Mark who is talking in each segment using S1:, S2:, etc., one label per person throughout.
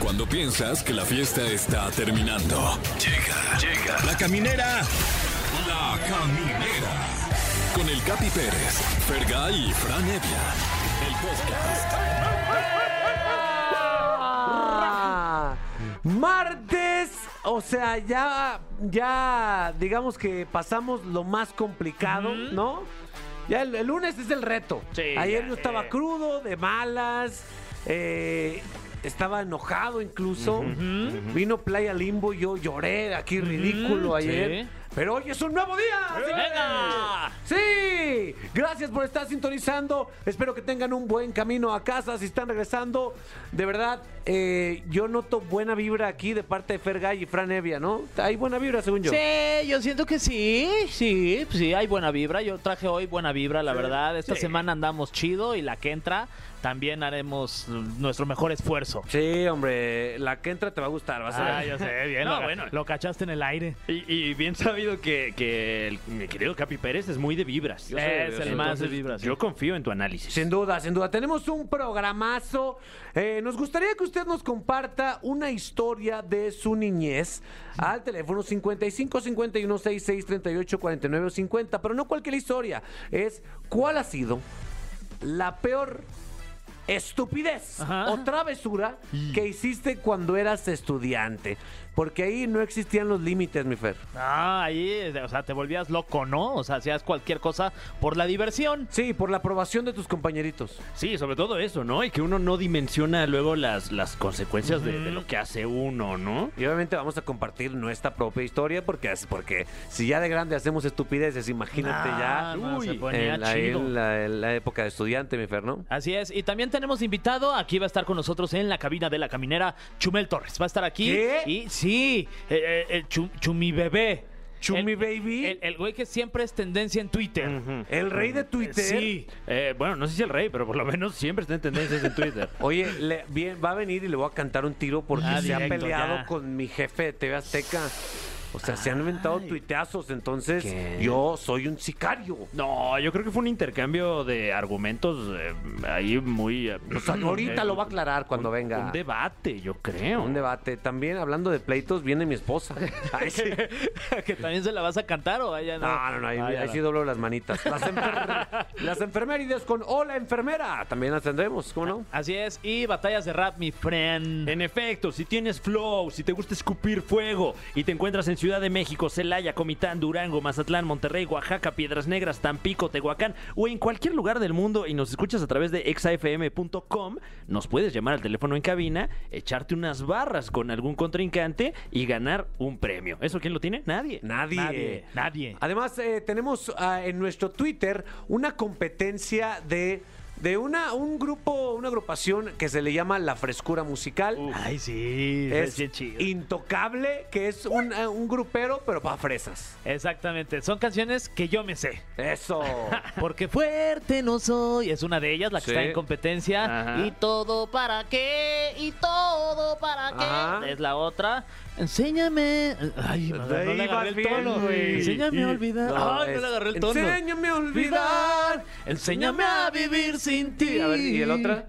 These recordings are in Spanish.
S1: Cuando piensas que la fiesta está terminando. Llega, llega. La caminera. La caminera. Con el Capi Pérez, Fergay y Fran Evia. El podcast.
S2: Martes, o sea, ya, ya digamos que pasamos lo más complicado, ¿no? Ya el, el lunes es el reto.
S3: Sí,
S2: Ayer
S3: ya,
S2: yo estaba
S3: eh.
S2: crudo, de malas, eh, estaba enojado incluso. Vino Playa Limbo, yo lloré aquí ridículo ayer.
S3: sí.
S2: Pero hoy es un nuevo día. señores.
S3: ¡Venga!
S2: Sí, gracias por estar sintonizando. Espero que tengan un buen camino a casa. Si están regresando, de verdad, eh, yo noto buena vibra aquí de parte de Fergay y Fran Evia, ¿no? Hay buena vibra, según yo.
S3: Sí, yo siento que sí, sí, pues sí, hay buena vibra. Yo traje hoy buena vibra, la verdad. Esta semana andamos chido y la que entra también haremos nuestro mejor esfuerzo.
S2: Sí, hombre, la que entra te va a gustar, vas a ver.
S3: Ah, ya sé, bien.
S4: No,
S3: lo,
S4: bueno.
S3: lo cachaste en el aire.
S4: Y, y bien sabido que, que el- mi querido Capi Pérez es muy de vibras.
S3: soy de vibras, sí. Entonces,
S4: Yo confío en tu análisis.
S2: Sin duda, sin duda. Tenemos un programazo. Eh, nos gustaría que usted nos comparta una historia de su niñez al teléfono 55 51 66 38 49 50. Pero no cualquier historia. Es cuál ha sido la peor estupidez
S3: Ajá.
S2: o travesura que hiciste cuando eras estudiante. Porque ahí no existían los límites, mi Fer.
S3: Ah, ahí, o sea, te volvías loco, ¿no? O sea, hacías cualquier cosa por la diversión.
S2: Sí, por la aprobación de tus compañeritos.
S4: Sí, sobre todo eso, ¿no? Y que uno no dimensiona luego las, las consecuencias de, de lo que hace uno, ¿no?
S2: Y obviamente vamos a compartir nuestra propia historia porque, porque si ya de grande hacemos estupideces, imagínate
S3: Ah,
S2: ya
S3: no, se
S4: uy,
S3: ponía
S2: en, la,
S3: chido.
S2: en la- en la época de estudiante, mi Fer, ¿no?
S3: Así es, y también tenemos invitado, aquí va a estar con nosotros en la cabina de la caminera, Chumel Torres, va a estar aquí.
S2: ¿Qué?
S3: Y sí, eh, eh, el Chu- Chumi Bebé.
S2: Chumi
S3: El-
S2: Baby.
S3: El el güey que siempre es tendencia en Twitter.
S2: El rey de Twitter.
S3: Sí.
S4: Eh, bueno, no sé si el rey, pero por lo menos siempre está en tendencias en Twitter.
S2: Oye, le- bien, va a venir y le voy a cantar un tiro porque
S3: Ah,
S2: se ha
S3: directo,
S2: peleado
S3: ya.
S2: con mi jefe de TV Azteca. O sea, se han inventado tuiteazos. Entonces,
S4: ¿Qué?
S2: yo soy un sicario.
S4: No, yo creo que fue un intercambio de argumentos eh, ahí muy... eh,
S2: O sea,
S3: Mm.
S2: ahorita lo va a aclarar cuando
S4: un-
S2: venga.
S4: Un debate, yo creo.
S2: Un debate. También hablando de pleitos, viene mi esposa. Ay, sí.
S3: que también se la vas a cantar o allá no.
S2: No, no, no, ahí,
S3: Ah, ya
S2: ahí
S3: la-
S2: sí doblo las manitas. Las, enfer- las enfermerides con Hola Enfermera también las tendremos, ¿cómo no?
S3: Así es, y batallas de rap, mi friend.
S4: En efecto, si tienes flow, si te gusta escupir fuego y te encuentras en Ciudad de México, Celaya, Comitán, Durango, Mazatlán, Monterrey, Oaxaca, Piedras Negras, Tampico, Tehuacán o en cualquier lugar del mundo y nos escuchas a través de exafm.com, nos puedes llamar al teléfono en cabina, echarte unas barras con algún contrincante y ganar un premio. ¿Eso quién lo tiene? Nadie.
S2: Nadie.
S3: Nadie, nadie.
S2: Además, eh, tenemos ah, en nuestro Twitter una competencia de, de una, un grupo, una agrupación que se le llama La Frescura Musical.
S3: Ay, sí, es, bien chido.
S2: intocable, que es un, eh, un grupero, pero para fresas.
S3: Exactamente, son canciones que yo me sé.
S2: Eso.
S3: Porque fuerte no soy. Es una de ellas, la que
S2: Sí.
S3: está en competencia.
S4: Ajá.
S3: Y todo para qué, y todo para qué.
S2: Ajá.
S3: Es la otra. Enséñame. Ay, no, no
S2: Ahí
S3: le agarré
S2: vas
S3: el
S2: bien,
S3: tono.
S2: güey.
S3: Enséñame a olvidar.
S2: No,
S3: Ay, no
S2: es-
S3: le agarré el tono.
S2: Enséñame a olvidar.
S3: Enséñame a vivir sin ti.
S2: A ver, ¿y el otra?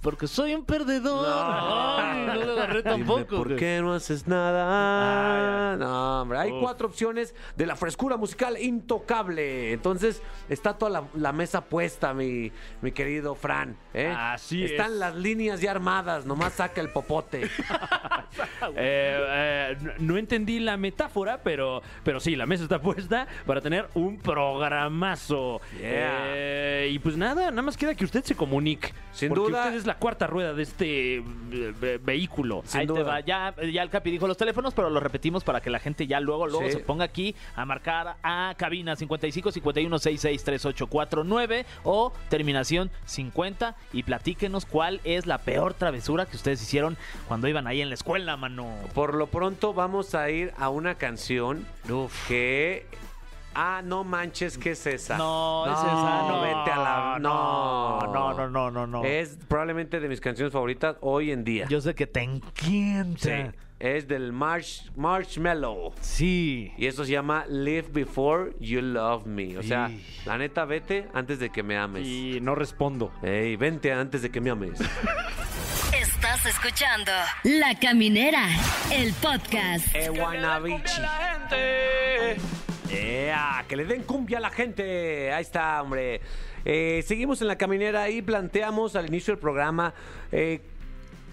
S3: Porque soy un perdedor.
S2: No.
S3: Ay, no le agarré
S2: Dime,
S3: tampoco. pues. Ah,
S2: ¿Por
S3: güey.
S2: qué no haces nada? No, hombre, hay cuatro opciones de la frescura musical intocable. Entonces, está toda la, la mesa puesta, mi, mi querido Fran. ¿eh?
S4: Así es.
S2: Están las líneas ya armadas, nomás saca el popote.
S4: Eh, eh, no- no entendí la metáfora, pero, pero sí, la mesa está puesta para tener un programazo.
S2: Yeah.
S4: Eh, y pues nada, nada más queda que usted se comunique.
S2: Sin
S4: porque
S2: duda.
S4: usted es la cuarta rueda de este eh, ve- vehículo.
S2: Sin
S3: Ahí
S2: duda.
S3: te va. Ya, eh, ya el Capi dijo los teléfonos, pero los repetimos para que la gente ya luego, luego
S2: Sí.
S3: se ponga aquí a marcar a cabina 55 51 66 38 49 o terminación 50 y platíquenos cuál es la peor travesura que ustedes hicieron cuando iban ahí en la escuela, mano.
S2: Por lo pronto, vamos a ir a una canción
S3: Uf.
S2: que. Ah, no manches, ¿qué es esa?
S3: No, es esa, no.
S2: vete a la. No,
S3: No, no, no, no, no.
S2: Es probablemente de mis canciones favoritas hoy en día.
S3: Yo sé que te
S2: Sí,
S3: encanta.
S2: es del Marsh, Marshmallow.
S3: Sí.
S2: Y eso se llama Live Before You Love Me. O sea,
S3: Sí.
S2: la neta, vete antes de que me ames.
S4: Y no respondo.
S2: Ey, vente antes de que me ames.
S5: Estás Estás escuchando La Caminera, el podcast.
S2: Eh, Guanabichi. ¡Ea! ¡Que le den cumbia a la gente! Ahí está, hombre. Eh, seguimos en la caminera y planteamos al inicio del programa eh,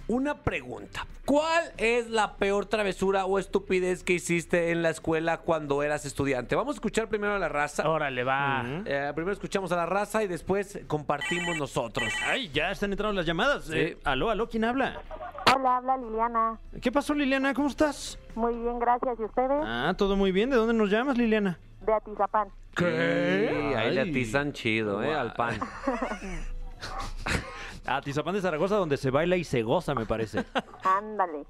S2: una pregunta. ¿Cuál es la peor travesura o estupidez que hiciste en la escuela cuando eras estudiante? Vamos a escuchar primero a la raza.
S4: Oh.
S3: Órale, va.
S2: Eh, primero escuchamos a la raza y después compartimos nosotros.
S4: Ay, ya están entrando las llamadas. Eh, aló, aló, ¿quién habla?
S6: Hola, habla Liliana.
S4: ¿Qué pasó, Liliana? ¿Cómo estás?
S6: Muy bien, gracias. ¿Y ustedes?
S4: Ah, todo muy bien. ¿De dónde nos llamas, Liliana?
S6: De Atizapán.
S2: Sí, Ahí le
S4: Ay.
S2: atizan chido, ¿eh? Al pan.
S4: A Tizapán de Zaragoza, donde se baila y se goza, me parece.
S6: Ándale.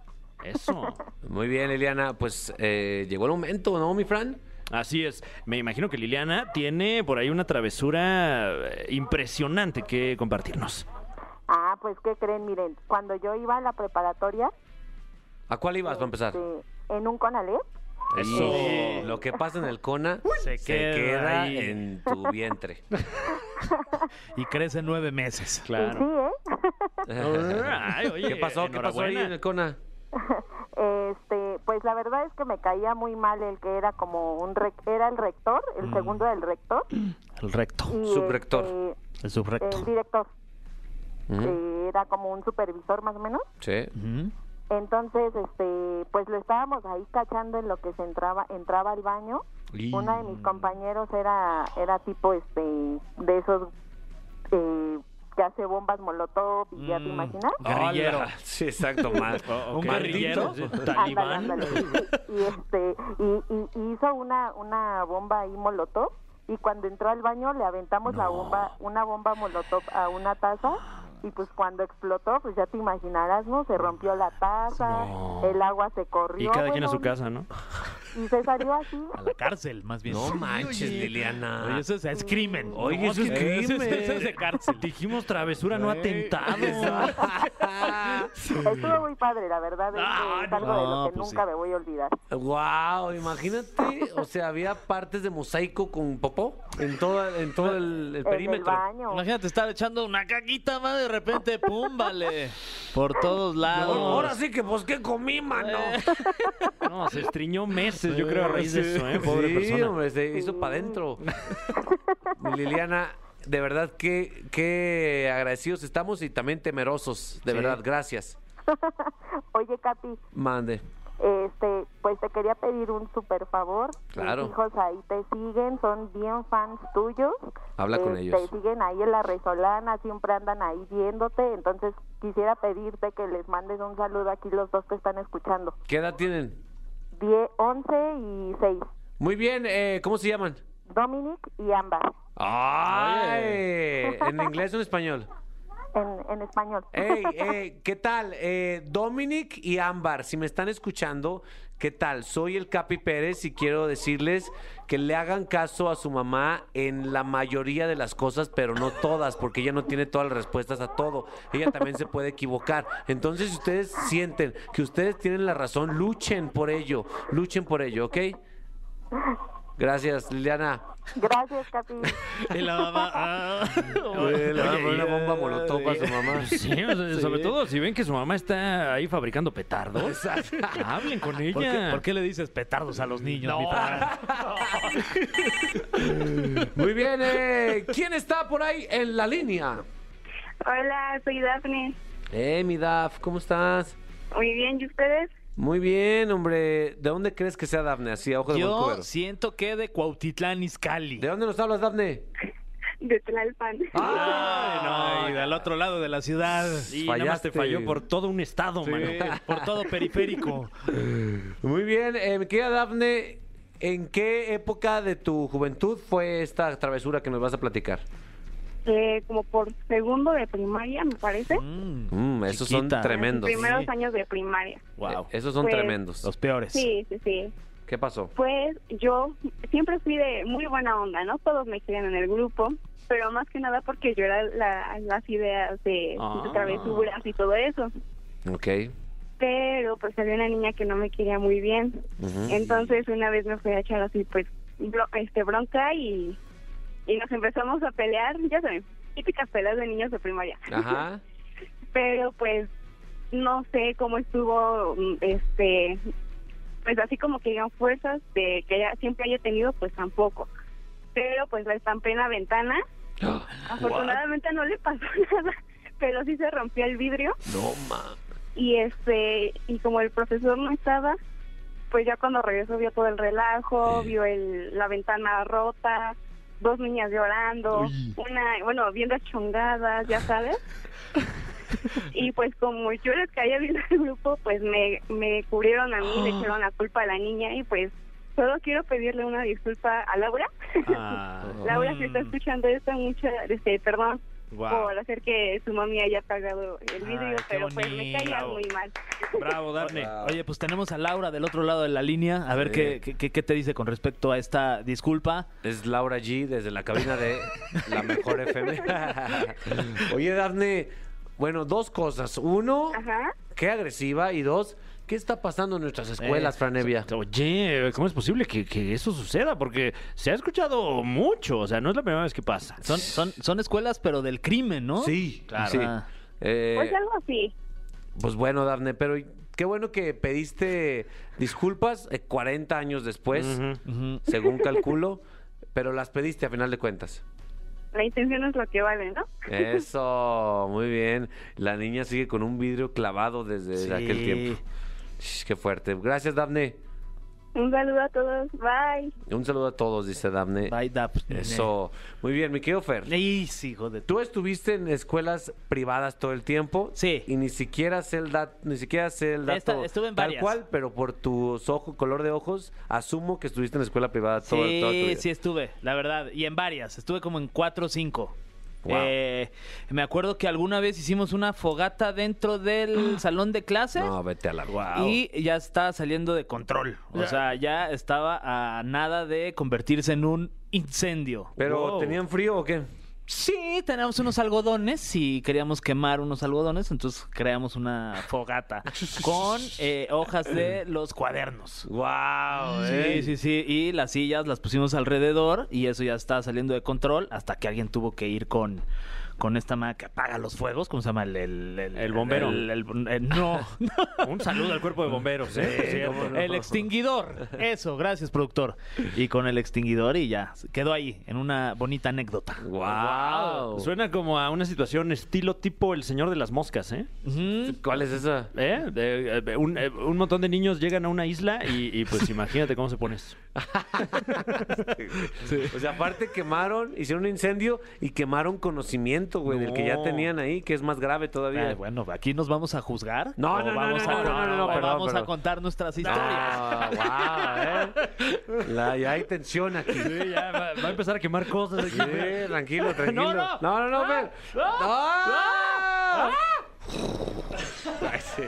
S4: Eso.
S2: Muy bien, Liliana. Pues eh, llegó el momento, ¿no, mi Fran?
S4: Así es. Me imagino que Liliana tiene por ahí una travesura eh, impresionante que compartirnos.
S6: Ah, pues, ¿qué creen? Miren, cuando yo iba a la preparatoria,
S2: ¿A cuál ibas para empezar?
S6: este, en un Conalep,
S4: Eso.
S2: Y Lo que pasa en el CONA se,
S3: Se
S2: queda,
S3: queda ahí.
S2: en tu vientre.
S3: Y crece nueve meses.
S6: sí, ¿eh?
S4: Ay, oye,
S2: ¿Qué pasó? ¿Qué pasó ahí
S4: enhorabuena.
S2: en el CONA?
S6: Este, pues la verdad es que me caía muy mal el que era como un rec- era el rector, el segundo del rector y
S3: El recto.
S2: Subrector.
S6: este,
S3: El
S6: el
S3: subrecto.
S6: director, que era como un supervisor más o menos.
S2: Sí.
S6: Entonces, este, pues lo estábamos ahí cachando en lo que se entraba, entraba al baño.
S4: Y-
S6: Una de mis compañeros era, era tipo, este, de esos eh, que hace bombas molotov y ya te
S4: Mm,
S6: imaginas.
S4: Guerrillero.
S2: Hola. Sí, exacto. mal.
S4: Oh, ok.
S2: ¿Un guerrillero?
S4: Sí,
S6: Ándale,
S4: ¿Talibán?
S6: ándale. Y, y, este, y, y- y hizo una, una bomba ahí molotov y cuando entró al baño le aventamos la bomba, una bomba molotov a una taza y pues cuando explotó, pues ya te imaginarás, ¿no? Se rompió la taza, el agua se
S4: Y
S6: corrió.
S4: cada quien a su
S6: bueno,
S4: casa, ¿no?
S6: Y se salió así.
S3: A la cárcel, más bien.
S2: No manches, Liliana.
S3: Oye, eso es, es crimen.
S2: Oye,
S3: No,
S2: eso es
S3: que- eso
S2: crimen.
S3: eso es de cárcel.
S4: Dijimos travesura, no atentado.
S6: Estuvo muy padre, la verdad. Es, que
S4: Ah,
S6: es algo de
S3: no,
S6: lo que
S3: pues
S6: nunca
S3: sí.
S6: me voy a olvidar.
S2: Wow, imagínate, o sea, había partes de mosaico con popó en todo, en todo el, el
S6: En el
S2: perímetro.
S6: baño.
S3: Imagínate estar echando una caquita, más de repente, pum, vale. Por todos lados.
S2: Ahora sí que pues qué comí, mano.
S4: No, se estriñó meses, yo creo, a raíz de eso, ¿eh? Pobre
S2: sí,
S4: persona.
S2: hombre, se hizo para adentro. Liliana, de verdad que, que agradecidos estamos y también temerosos. De verdad, gracias.
S6: Oye, Capi,
S2: Mande.
S6: este, pues te quería pedir un super favor.
S2: Claro.
S6: Mis hijos ahí te siguen, son bien fans tuyos.
S2: Habla con
S6: Este,
S2: ellos.
S6: siguen ahí en la Resolana, siempre andan ahí viéndote. Entonces, quisiera pedirte que les mandes un saludo aquí los dos que están escuchando.
S2: ¿Qué edad tienen?
S6: 10, 11 y 6.
S2: Muy bien, eh, ¿cómo se llaman?
S6: Dominic y ambas.
S2: ¡Ay! ¿En inglés o en español?
S6: En, en español.
S2: Hey, eh, ¿qué tal? Eh, Dominic y Ámbar, si me están escuchando, ¿qué tal? Soy el Capi Pérez y quiero decirles que le hagan caso a su mamá en la mayoría de las cosas, pero no todas, porque ella no tiene todas las respuestas a todo. Ella también se puede equivocar. Entonces, si ustedes sienten que ustedes tienen la razón, luchen por ello, luchen por ello, ¿ok? Gracias, Liliana.
S6: Gracias, Capi.
S3: Y la mamá. ah.
S2: Le va a poner una bomba molotov a su mamá.
S4: Sí, o sea, sobre todo si ven que su mamá está ahí fabricando petardos. Hablen con ella.
S3: ¿Por qué, por qué le dices petardos a los niños? mi Fran?
S2: Muy bien, eh, ¿quién está por ahí en la línea?
S7: Hola, soy Dafne.
S2: Eh, mi Daf, ¿cómo estás?
S7: Muy bien, ¿y ustedes?
S2: Muy bien, hombre. ¿De dónde crees que sea Dafne? Así, a ojo de buen
S3: Yo
S2: cubero.
S3: siento que de Cuautitlán Izcalli.
S2: ¿De dónde nos hablas, Dafne?
S7: De Tlalpan.
S2: Ah.
S3: Ay, no, y del otro lado de la ciudad.
S4: Sí, nada más te
S2: Fallaste.
S4: falló por todo un estado, mano.
S3: Por todo periférico.
S2: Muy bien, eh, mi querida Dafne, ¿en qué época de tu juventud fue esta travesura que nos vas a platicar?
S7: Eh, como por segundo de primaria, me parece.
S2: Mm, esos
S3: Chiquita.
S2: son tremendos.
S7: Los primeros años de primaria.
S2: Eh, Esos son
S7: Pues-
S2: tremendos.
S3: Los peores.
S7: Sí, sí, sí.
S2: ¿Qué pasó?
S7: Pues yo siempre fui de muy buena onda, ¿no? Todos me querían en el grupo, pero más que nada porque yo era la- las ideas de, de
S4: Ah.
S7: travesuras y todo eso.
S2: Ok.
S7: Pero pues había una niña que no me quería muy bien. Entonces una vez me fue a echar así, pues, bro- este bronca y, y nos empezamos a pelear, ya saben, típicas peleas de niños de primaria.
S2: Ajá.
S7: pero pues no sé cómo estuvo, mm, este, pues así como que digan fuerzas de que ella siempre haya tenido, pues tampoco. Pero pues la estampé en la ventana. Afortunadamente no le pasó nada, pero sí se rompió el vidrio
S2: No, ma.
S7: y este y como el profesor no estaba pues ya cuando regresó vio todo el relajo vio el, la ventana rota dos niñas llorando una bueno viendo chongadas ya sabes y pues como yo les caía bien al grupo pues me me cubrieron a mí le
S3: Ah.
S7: echaron la culpa a la niña y pues solo quiero pedirle una disculpa a Laura
S3: Ah.
S7: Laura si está
S3: Mm,
S7: escuchando esto mucha este perdón
S4: Guau.
S7: por hacer que su mami haya pagado el
S3: Ay,
S7: vidrio,
S3: qué
S7: pero pues me caía
S3: bonito.
S7: muy mal.
S4: Bravo, Darne.
S3: Oye, pues tenemos a Laura del otro lado de la línea. A ver
S2: Sí.
S3: qué, qué- qué- qué te dice con respecto a esta disculpa.
S2: Es Laura G desde la cabina de la mejor FM. Oye, Darne, bueno, dos cosas. Uno,
S7: Ajá.
S2: qué agresiva. Y dos, ¿qué está pasando en nuestras escuelas,
S4: Eh,
S2: Franevia?
S4: Oye, ¿cómo es posible que, que eso suceda? Porque se ha escuchado mucho, o sea, no es la primera vez que pasa.
S3: Son, son, son escuelas, pero del crimen, ¿no?
S2: Sí,
S3: claro.
S2: sí.
S3: Ah.
S2: Eh,
S7: Pues algo así.
S2: Pues bueno, Darne, pero qué bueno que pediste disculpas eh, 40 años después,
S4: Ujú.
S3: Ujú.
S2: según calculo, pero las pediste a final de cuentas.
S7: La intención es lo que vale, ¿no?
S2: Eso, muy bien. La niña sigue con un vidrio clavado desde
S3: Sí.
S2: aquel tiempo. Sh, Qué fuerte. Gracias, Dafne.
S7: Un saludo a todos. Bye.
S2: Un saludo a todos, dice Dafne.
S3: Bye, Dap.
S2: Eso. Muy bien, mi querido Fer.
S3: Ey, hijo de tu.
S2: Tú estuviste en escuelas privadas todo el tiempo.
S3: Sí.
S2: Y ni siquiera sé el dato, ni siquiera sé el dato.
S3: Esta- estuve en
S2: tal
S3: varias.
S2: cual, pero por tu ojo, color de ojos, asumo que estuviste en escuela privada todo, toda tu
S3: Sí,
S2: vida.
S3: sí estuve, la verdad. Y en varias. Estuve como en cuatro o cinco.
S2: Wow.
S3: Eh, me acuerdo que alguna vez hicimos una fogata dentro del salón de clases.
S2: No, vete a la
S3: Y ya estaba saliendo de control. O sea, ya estaba a nada de convertirse en un incendio.
S2: Pero
S4: Wow.
S2: tenían frío o qué?
S3: Sí, teníamos unos algodones y queríamos quemar unos algodones, entonces creamos una fogata con eh, hojas de los cuadernos.
S2: Wow.
S3: Sí, sí, sí. Y las sillas las pusimos alrededor y eso ya estaba saliendo de control hasta que alguien tuvo que ir con, con esta máquina que apaga los fuegos. ¿Cómo se llama? El, el,
S4: El bombero.
S3: el- el- el- no,
S4: Un saludo al cuerpo de bomberos, ¿eh? Por cierto.
S2: cómo no.
S3: el extinguidor. Eso, gracias, productor. Y con el extinguidor y ya. Quedó ahí en una bonita anécdota.
S2: Wow.
S4: Suena como a una situación estilo tipo el señor de las moscas, ¿eh?
S3: Ujú.
S2: ¿Cuál es esa?
S4: ¿Eh? De- de- un, eh, un montón de niños llegan a una isla y, y, pues imagínate cómo se pone eso.
S2: O sea, aparte quemaron, hicieron un incendio y quemaron conocimiento, güey, del que ya
S4: No.
S2: tenían ahí, que es más grave todavía.
S3: Ah, bueno, aquí nos vamos a juzgar.
S2: No,
S3: ¿O
S2: no, no,
S3: vamos
S2: no, no,
S3: a-
S2: no, no, no,
S3: o
S2: perdón,
S3: vamos
S2: perdón.
S3: a contar nuestras historias.
S2: Ah, guau, ¿eh? La- ya hay tensión aquí.
S4: Sí, ya va, va a empezar a quemar cosas aquí.
S2: Sí, tranquilo, tranquilo.
S4: No, no.
S2: no, no, Fer. ¡Ah! Ay, sí.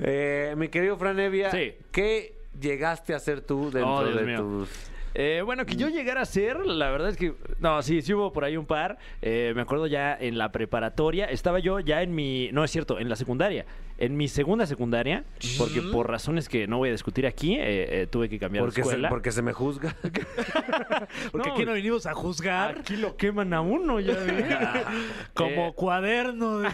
S2: Eh, mi querido Fran Evia,
S4: Sí.
S2: ¿qué llegaste a hacer tú dentro
S4: Oh, Dios
S2: de
S4: mío.
S2: tus...
S4: Eh, bueno, que
S2: Mm.
S4: yo llegara a ser, la verdad es que. No, sí, sí hubo por ahí un par. Eh, me acuerdo ya en la preparatoria. Estaba yo ya en mi. No es cierto, en la secundaria. En mi segunda secundaria. Porque por razones que no voy a discutir aquí, eh, eh, tuve que cambiar
S2: Mm. Porque
S4: de
S2: se,
S4: escuela.
S2: porque se me juzga.
S3: Porque
S4: No,
S3: aquí no venimos a juzgar
S4: Aquí lo queman a uno, ya
S2: Ah,
S4: ves.
S2: Eh.
S3: como cuaderno. de-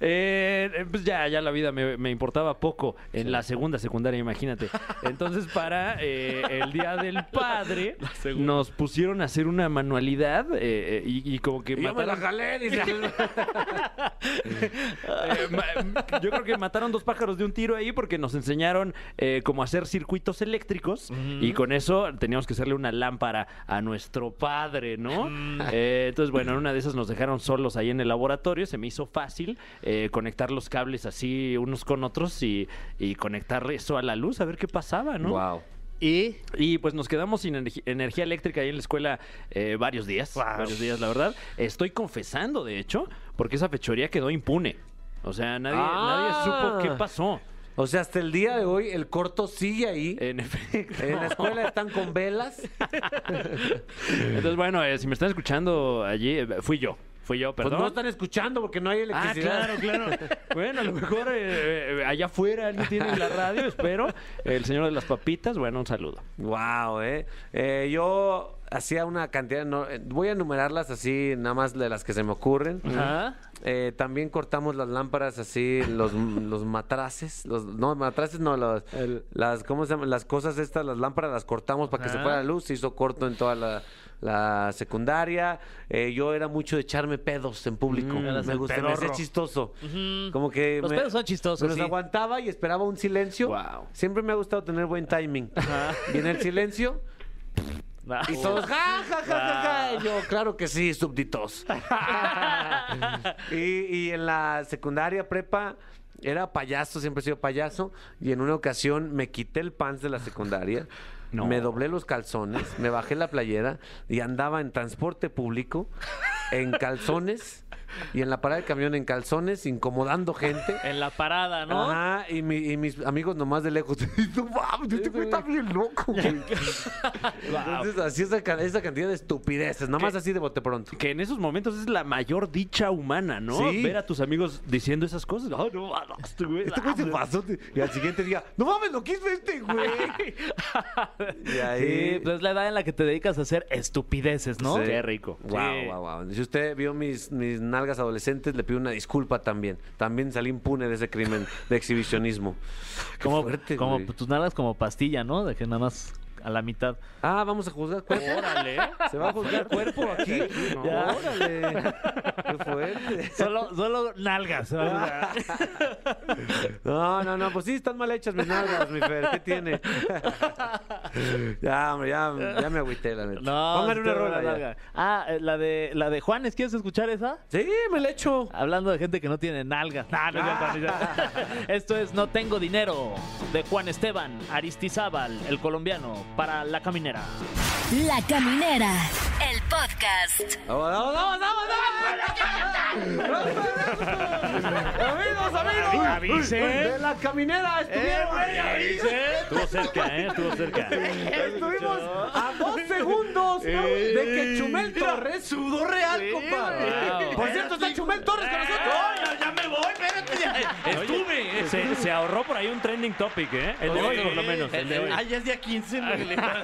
S4: Eh, eh, pues ya, ya la vida me, me importaba poco en la segunda secundaria, imagínate. Entonces, para eh, el Día del Padre, nos pusieron a hacer una manualidad eh, eh, y, y como que
S2: Y yo me la
S4: mataron.
S2: jalé, dice.
S4: eh, ma- yo creo que mataron dos pájaros de un tiro ahí porque nos enseñaron eh, cómo hacer circuitos eléctricos y con eso teníamos que hacerle una lámpara a nuestro padre, ¿no? Eh, entonces, bueno, en una de esas nos dejaron solos ahí en el laboratorio, se me hizo fácil eh, conectar los cables así unos con otros y, y conectar eso a la luz, a ver qué pasaba, ¿no?
S2: Wow.
S4: Y, y, pues nos quedamos sin energi- energía eléctrica ahí en la escuela eh, varios días. Varios días, la verdad. Estoy confesando, de hecho, porque esa fechoría quedó impune. O sea, nadie,
S2: Ah.
S4: nadie supo qué pasó.
S2: O sea, hasta el día de hoy el corto sigue ahí.
S4: En efecto.
S2: En la escuela están con velas.
S4: Entonces, bueno, eh, si me están escuchando allí, eh, fui yo. Fui yo,
S2: Pues
S4: perdón.
S2: no están escuchando porque no hay
S4: Ah,
S2: electricidad.
S4: claro, claro. Bueno, a lo mejor eh, eh, allá afuera alguien tiene la radio, espero. El señor de las papitas, bueno, un saludo.
S2: Wow, eh. Eh, yo hacía una cantidad, no- eh, voy a enumerarlas así, nada más de las que se me ocurren.
S3: Ajá.
S2: Eh, también cortamos las lámparas así, los, los matraces, los, no, matraces no, las,
S4: El-
S2: las, ¿cómo se llama? Las cosas estas, las lámparas las cortamos para que se
S3: Ajá.
S2: fuera la luz, se hizo corto en toda la, la secundaria. Eh, yo era mucho de echarme pedos en público,
S3: Mm, eras
S2: me
S3: el
S2: gusta, me hacía
S3: pedorro.
S2: chistoso.
S3: Ujú.
S2: Como que
S3: Los
S2: me-
S3: pedos son chistosos,
S2: me los
S3: sí.
S2: aguantaba y esperaba un silencio.
S3: Guau.
S2: Siempre me ha gustado tener buen timing. Viene el silencio
S3: Ah.
S2: y todos ja, ja, ja, ja, ja. Y yo, claro que sí, súbditos. y, y en la secundaria prepa era payaso, siempre he sido payaso. Y en una ocasión me quité el pants de la secundaria.
S4: No.
S2: Me doblé los calzones, me bajé la playera y andaba en transporte público, en calzones y en la parada de camión en calzones, incomodando gente.
S3: En la parada, ¿no?
S2: Ajá, y, mi- y mis amigos nomás de lejos. no mames, este güey está bien loco, güey. Entonces, así esa, ca- esa cantidad de estupideces, nomás así de bote pronto.
S4: Que en esos momentos es la mayor dicha humana, ¿no?
S2: Sí.
S4: Ver a tus amigos diciendo esas cosas. Ah, no, ah, no, este güey.
S2: Este güey se pasó. Y al siguiente día, no mames, lo que hizo este güey. y
S3: Sí, pues es la edad en la que te dedicas a hacer estupideces, ¿no?
S2: Sí.
S4: Qué rico.
S2: Wow, wow, wow. Si usted vio mis, mis nalgas adolescentes, le pido una disculpa también. También salí impune de ese crimen de exhibicionismo. Qué
S3: Como,
S2: fuerte,
S3: como
S2: güey.
S3: tus nalgas como pastilla, ¿no? De que nada más a la mitad.
S2: Ah, vamos a juzgar cuerpo.
S4: Órale.
S2: Se va a juzgar cuerpo aquí.
S4: No.
S2: Ya. Órale. Qué fuerte.
S3: Solo, solo nalgas.
S2: Ah. No, no, no, pues sí, están mal hechas mis nalgas, mi Fer, ¿qué tiene? ya, hombre, ya, ya me agüité, la neta.
S3: No,
S2: Póngale una
S3: está
S2: rola
S3: buena
S2: ya.
S3: nalga. Ah, eh, la de, la de Juanes, ¿quieres escuchar esa?
S2: Sí, me la echo.
S3: Hablando de gente que no tiene nalgas. Nah, Ah, no es cierto, no es cierto. Esto es No Tengo Dinero de Juan Esteban Aristizábal, el colombiano, para La Caminera.
S5: La Caminera, el podcast.
S2: ¡Vamos, vamos, vamos, vamos! vamos. amigos, amigos!
S4: Avisen.
S2: De la caminera
S4: Eh,
S2: estuvieron.
S4: Estuvo cerca, ¿eh? Estuvo cerca.
S2: Estuvimos a dos segundos de que Chumel Torres sudó real, compadre.
S3: güey.
S2: Por cierto, está Chumel Torres con nosotros.
S4: ya me voy, espérate. Estuve. Se, se ahorró por ahí un trending topic, ¿eh? El de hoy, por lo menos. El de hoy.
S8: ya es día 15.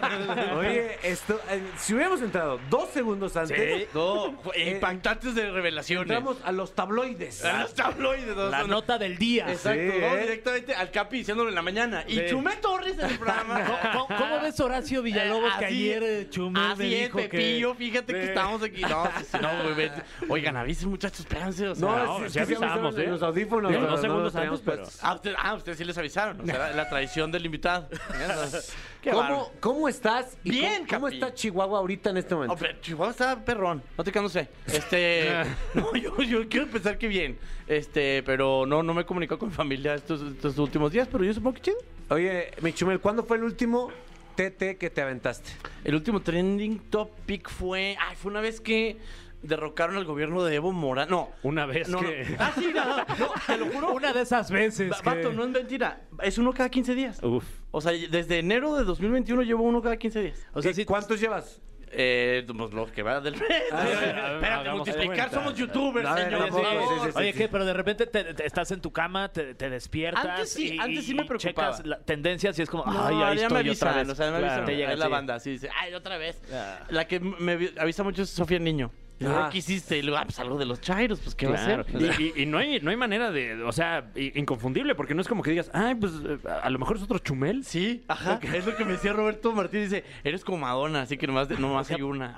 S2: Oye, esto, eh, si hubiéramos entrado dos segundos antes,
S8: No, fue-
S2: Eh,
S8: impactantes de revelaciones.
S2: entramos a los tabloides.
S8: a los tabloides. ¿no?
S3: La
S8: Son-
S3: nota del día.
S8: Exacto,
S2: Sí,
S8: vamos
S2: ¿eh?
S8: directamente al Capi diciéndolo en la mañana. Y
S3: Sí.
S8: Chumel Torres en el programa. Eh,
S3: ¿Cómo, cómo ves Horacio Villalobos que
S8: Así-
S3: ayer eh, Chumel me
S8: Así es,
S3: dijo que-
S8: Pepillo, fíjate que estamos aquí. No, sí, sí, no, güey, vete. Oigan, avisen muchachos, espérense, o sea.
S2: No,
S4: No,
S2: es- es
S4: sí
S2: que sí
S4: avisamos,
S2: avisaron en
S4: ¿eh?
S2: los audífonos.
S4: Digo,
S2: pero
S4: dos segundos
S2: los teníamos
S4: antes, pero-
S2: puestos.
S8: Ah, usted- ah, ustedes sí les avisaron, o sea, la traición del invitado. Qué
S2: ¿Cómo,
S8: bárbaro.
S2: ¿Cómo estás? ¿Y
S8: Bien,
S2: ¿Cómo, cómo
S8: Capi.
S2: está Chihuahua ahorita en este
S8: Oh,
S2: momento?
S8: pero Chihuahua está perrón, no te creas, no sé. Este, no, yo, yo quiero pensar que bien. Este, pero no, no me he comunicado con mi familia estos, estos últimos días, pero yo supongo que chido.
S2: Oye, Michumel, ¿cuándo fue el último TT que te aventaste?
S8: El último trending topic fue. Ay, fue una vez que derrocaron al gobierno de Evo Morales. No.
S4: Una vez
S8: No, no.
S4: que.
S8: Ah, sí, no, no, no, te lo juro.
S3: Una de esas veces.
S8: Va-
S3: que-
S8: Vato, no es mentira. Es uno cada 15 días.
S4: Uf.
S8: O sea, desde enero de 2021 llevo uno cada 15 días.
S3: O sea,
S2: ¿Qué-
S3: sí-
S2: ¿Cuántos llevas?
S8: Eh, pues los que va del mes. Espérate,
S4: hagamos
S8: multiplicar
S4: cuenta.
S8: somos youtubers,
S2: A ver,
S8: señores.
S2: tampoco,
S8: por
S2: sí,
S8: favor.
S2: sí, sí.
S3: Oye, ¿qué? Pero de repente te, te estás en tu cama, te, te despiertas.
S8: Antes sí,
S3: y-
S8: antes sí
S3: y-
S8: me
S3: y
S8: preocupaba.
S3: Checas la tendencia y es como,
S8: No,
S3: ay, ahí
S8: ya
S3: estoy
S8: me avisan,
S3: otra vez.
S8: o sea, me
S3: Claro,
S8: avisan,
S3: te llega
S8: es la
S3: así.
S8: banda, sí, dice, ay, otra vez.
S3: Ah.
S8: La que me avi- avisa mucho es Sofía Niño.
S2: Ah.
S8: ¿Qué hiciste? Y luego, ah, pues algo de los chairos, pues qué va
S4: Claro.
S8: a ser.
S4: Y, y- y no, hay, no hay manera de, o sea, i- inconfundible, porque no es como que digas, ay, pues eh, a lo mejor es otro chumel.
S8: Sí, ajá. Es lo que me decía Roberto Martínez. Dice, eres como Madonna, así que nomás, nomás hay una.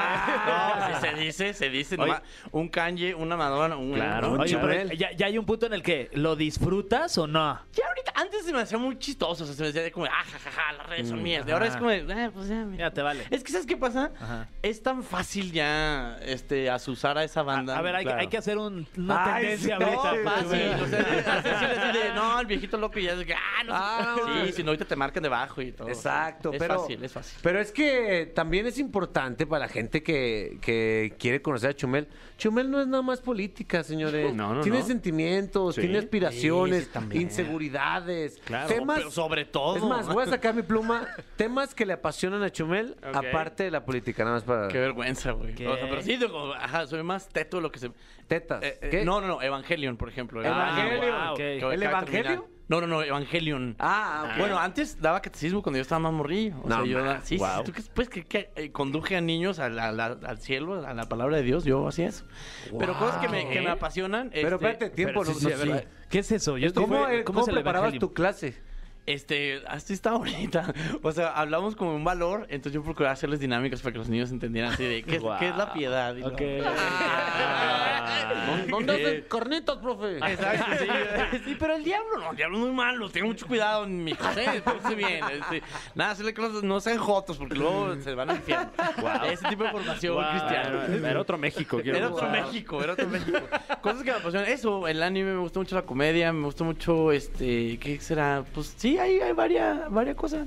S8: Ah, no, sí, se dice, se dice. nomás un Kanye, una Madonna, un...
S4: Claro.
S8: un-
S3: Oye,
S2: Chumel.
S3: pero ya, ya hay un punto en el que, ¿lo disfrutas o no?
S8: Ya ahorita, antes se me hacía muy chistoso. O sea, se me decía como, ah, jajaja, las redes son mías. Y ahora es
S3: Mm, ajá.
S8: como, eh, pues ya, mira.
S3: Ya te vale.
S8: Es que, ¿sabes qué pasa?
S3: Ajá.
S8: Es tan fácil ya, este, asusar a esa banda.
S3: Ah, A ver, hay, que-
S4: claro.
S3: hay que hacer un- una
S2: Ay,
S3: tendencia
S2: sí, no,
S3: ahorita.
S2: pa,
S8: Fácil,
S3: Chumel.
S8: o sea, hace decir así de, no, el viejito loco y ya es que, ah, no,
S2: Ah,
S8: sé".
S2: no,
S8: Sí,
S2: mames.
S8: si no, ahorita te marcan debajo y todo.
S2: Exacto,
S8: es
S2: pero.
S8: fácil, es fácil.
S2: Pero es que también es importante para la gente que, que quiere conocer a Chumel. Chumel no es nada más política, señores.
S4: No, no,
S2: tiene
S4: no.
S2: sentimientos,
S4: Sí.
S2: tiene aspiraciones,
S8: Sí, sí, también.
S2: actividades,
S4: Claro,
S2: temas.
S8: pero sobre todo.
S2: Es más, voy a sacar mi pluma. Temas que le apasionan a Chumel,
S8: Ok.
S2: aparte de la política, nada más para.
S8: Qué vergüenza, güey.
S3: ¿Qué?
S8: O sea, pero sí, digo, ajá, soy más teto de lo que se.
S2: Tetas.
S8: Eh, eh,
S2: ¿Qué?
S8: No, no, no, Evangelion, por ejemplo.
S2: Evangelion.
S8: Ah,
S3: ok.
S8: que voy a
S2: ¿El
S8: acabar de
S2: Evangelio?
S8: terminar. No, no, no, Evangelion.
S2: Ah, ok.
S8: Bueno, antes daba catecismo cuando yo estaba más morrillo. O
S2: No,
S8: sea, yo
S2: ma.
S8: da- sí, sí,
S4: Wow.
S8: ¿tú crees, pues, que, que, eh, conduje a niños a la- la- al cielo, a la palabra de Dios, yo hacía eso. Pero cosas que me, que me apasionan. este,
S2: Pero espérate, tiempo.
S3: Pero
S2: no-
S3: sí, sí,
S2: no-
S3: a ver,
S2: sí.
S3: ¿Qué es eso? Yo estoy-
S2: ¿Cómo, eh,
S3: ¿Cómo
S2: cómo
S3: es el
S2: preparabas
S3: Evangelion?
S2: tu clase?
S8: Este, así está ahorita. O sea, hablamos como un valor, entonces yo procuraba hacerles dinámicas para que los niños entendieran así de qué, es-
S3: Guau.
S8: qué es la piedad. Y
S3: Ok.
S8: la-
S2: ¿Dó- ¿Dónde hacen
S4: Eh,
S2: cornetas, profe?
S8: Ah. Exacto, pues sí, sí, pero el diablo, no, el diablo es muy malo, tenga mucho cuidado, mi José, pórtese bien. este, nada, hacerle cosas, no sean jotos, porque
S3: Mm.
S8: luego se van al infierno. Ese tipo de formación
S3: Wow.
S8: cristiana.
S4: ¿eh? Era otro México. quiero
S8: Era otro
S4: pensar.
S8: México, era otro México. Cosas que me apasionan. Eso, el anime, me gusta mucho la comedia, me gusta mucho, este, ¿qué será? Pues sí, hay, hay varias, varias cosas.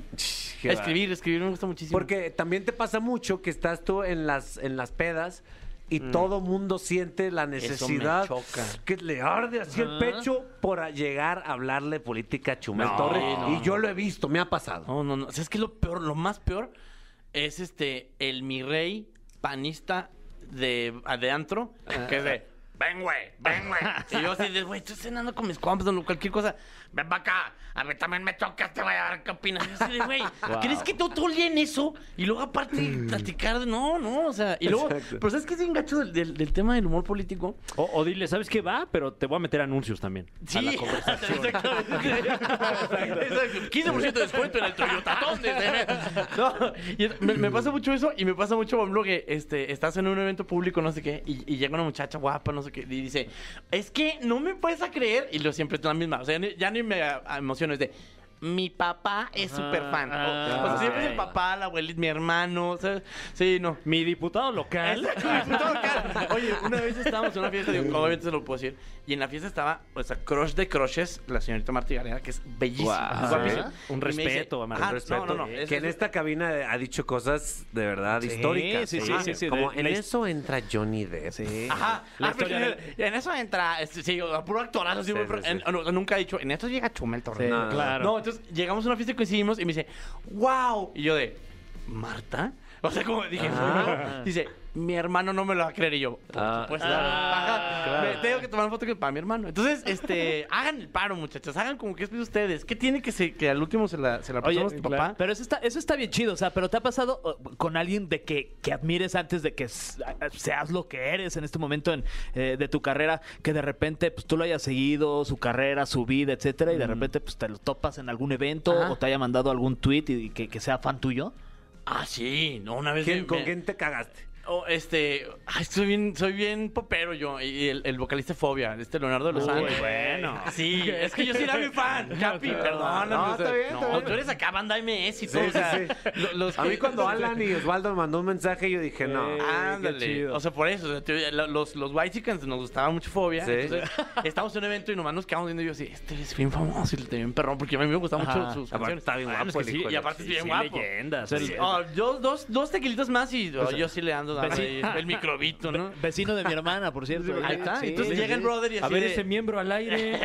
S8: Escribir, escribir me gusta muchísimo.
S2: Porque también te pasa mucho que estás tú en las, en las pedas y todo mundo siente la necesidad
S8: Mm. choca.
S2: que le arde así el pecho por a- llegar a hablarle política a Chumel Torres.
S8: no,
S2: y yo lo he visto, me ha pasado.
S8: No, no, no. ¿Sabes qué es lo peor? Lo más peor es este, el mi rey panista de, ah, de antro, que es de, ven, güey, ven, güey. Y yo así de, güey, estoy cenando con mis compas o cualquier cosa. Ven para acá, a mí también me toca este güey, a ver qué opinas. Y yo así de, güey, ¿crees que todo, todo el día en eso? Y luego aparte platicar de, no, no, o sea, y luego, pero ¿sabes qué es bien gacho del, del- del tema del humor político?
S4: O, o dile, ¿sabes qué va? Pero te voy a meter anuncios también. A la conversación.
S8: exactamente. Exacto. 15% de descuento en el Toyotatón. desde- No, y es- me, me pasa mucho eso y me pasa mucho, por ejemplo, que este, estás en un evento público, no sé qué, y, y llega una muchacha guapa, no sé qué, y dice, es que no me puedes a creer, y lo siempre es la misma, o sea, ni- ya ni me a- a- emociono, es de... Mi papá es súper fan. O, o sea, siempre es el papá, la abuelita, mi hermano. o sea, Sí, no.
S4: Mi diputado local.
S8: Exacto, güey, todo acá. Oye, una vez estábamos en una fiesta, digo, obviamente se lo puedo decir. Y en la fiesta estaba, o sea, crush de crushes, la señorita Marta Gareda, que es bellísima.
S4: Guau.
S8: guapísima.
S4: Un
S8: Y me dice,
S4: respeto, Marta, un
S8: "Ah,
S4: respeto". Eh,
S8: No, no, no. es-
S2: que en
S8: es-
S2: esta cabina ha dicho cosas de verdad históricas.
S3: sí, sí, sí, sí,
S2: Como
S3: de-
S2: en
S3: la his-
S2: eso entra Johnny Depp.
S8: Ajá,
S4: La
S8: Ah,
S4: historia
S8: pero en eso entra, este, sí, o- puro actorazo, sí,
S2: Sí,
S8: muy-
S2: sí, sí.
S8: en- no, no, nunca he dicho, en esto llega Chumel Torres.
S2: Sí, No,
S4: claro.
S8: No, entonces llegamos a una fiesta y coincidimos y me dice, wow. Y yo de, ¿Marta? O sea, como dije, "¿Marta?". dice, mi hermano no me lo va a creer y yo. Por supuesto. Ajá. Me tengo que tomar foto que para mi hermano. Entonces, este, hagan el paro, muchachos. Hagan como que es de ustedes. ¿Qué tiene que se, que al último se la, se la
S3: Oye,
S8: pasamos a tu papá?
S3: pero eso está, eso está bien chido, o sea, pero ¿te ha pasado o, con alguien de que, que admires antes de que s- a- a- seas lo que eres en este momento en, eh, de tu carrera, que de repente pues, tú lo hayas seguido, su carrera, su vida, etcétera, y de repente pues te lo topas en algún evento
S8: Ajá.
S3: o te haya mandado algún tweet y, y que, que sea fan tuyo?
S8: Ah, sí. No, una vez.
S2: ¿Quién-
S8: me-
S2: ¿Con
S8: me-
S2: quién te cagaste?
S8: Oh, este, ay, soy bien, soy bien popero yo. Y el, el vocalista Fobia, este Leonardo Lozano.
S4: Uy, bueno.
S8: Sí, es que yo sí era mi fan. Capi, perdóname.
S2: no,
S8: o sea,
S2: está bien, está
S8: no,
S2: bien.
S8: tú eres acá banda MS y
S2: Sí,
S8: todo. o
S2: sí,
S8: sea,
S2: sí.
S8: lo- los
S2: A mí
S8: que-
S2: cuando Alan y Osvaldo me mandó un mensaje, yo dije, no.
S4: Eh, Qué
S8: Ándale.
S4: chido.
S8: O sea, por eso. o sea, te- lo- los, los White Chickens nos gustaba mucho fobia.
S2: Sí.
S8: Entonces, estábamos en un evento y nomás nos quedamos viendo. Y yo así, este es bien famoso. Y le tenía un perrón porque a mí me gustaban mucho
S3: Ajá.
S8: sus
S2: Aparte,
S8: canciones.
S2: está bien
S4: Bueno,
S2: guapo
S4: es que
S2: el
S4: sí,
S2: hijo de-
S8: Y aparte es bien
S4: sí,
S8: guapo.
S4: leyendas.
S8: Sí,
S4: Sí.
S8: oh, yo, dos, dos tequilitas más y
S2: Pues,
S8: oh, yo sí le ando dando
S3: sí.
S8: ahí el microbito, ¿no?
S3: Vecino de mi hermana, por cierto.
S8: Ahí está.
S3: Sí,
S8: Entonces
S3: sí,
S8: llega el
S3: sí.
S8: brother y así
S4: A ver
S8: de-
S4: ese miembro al aire.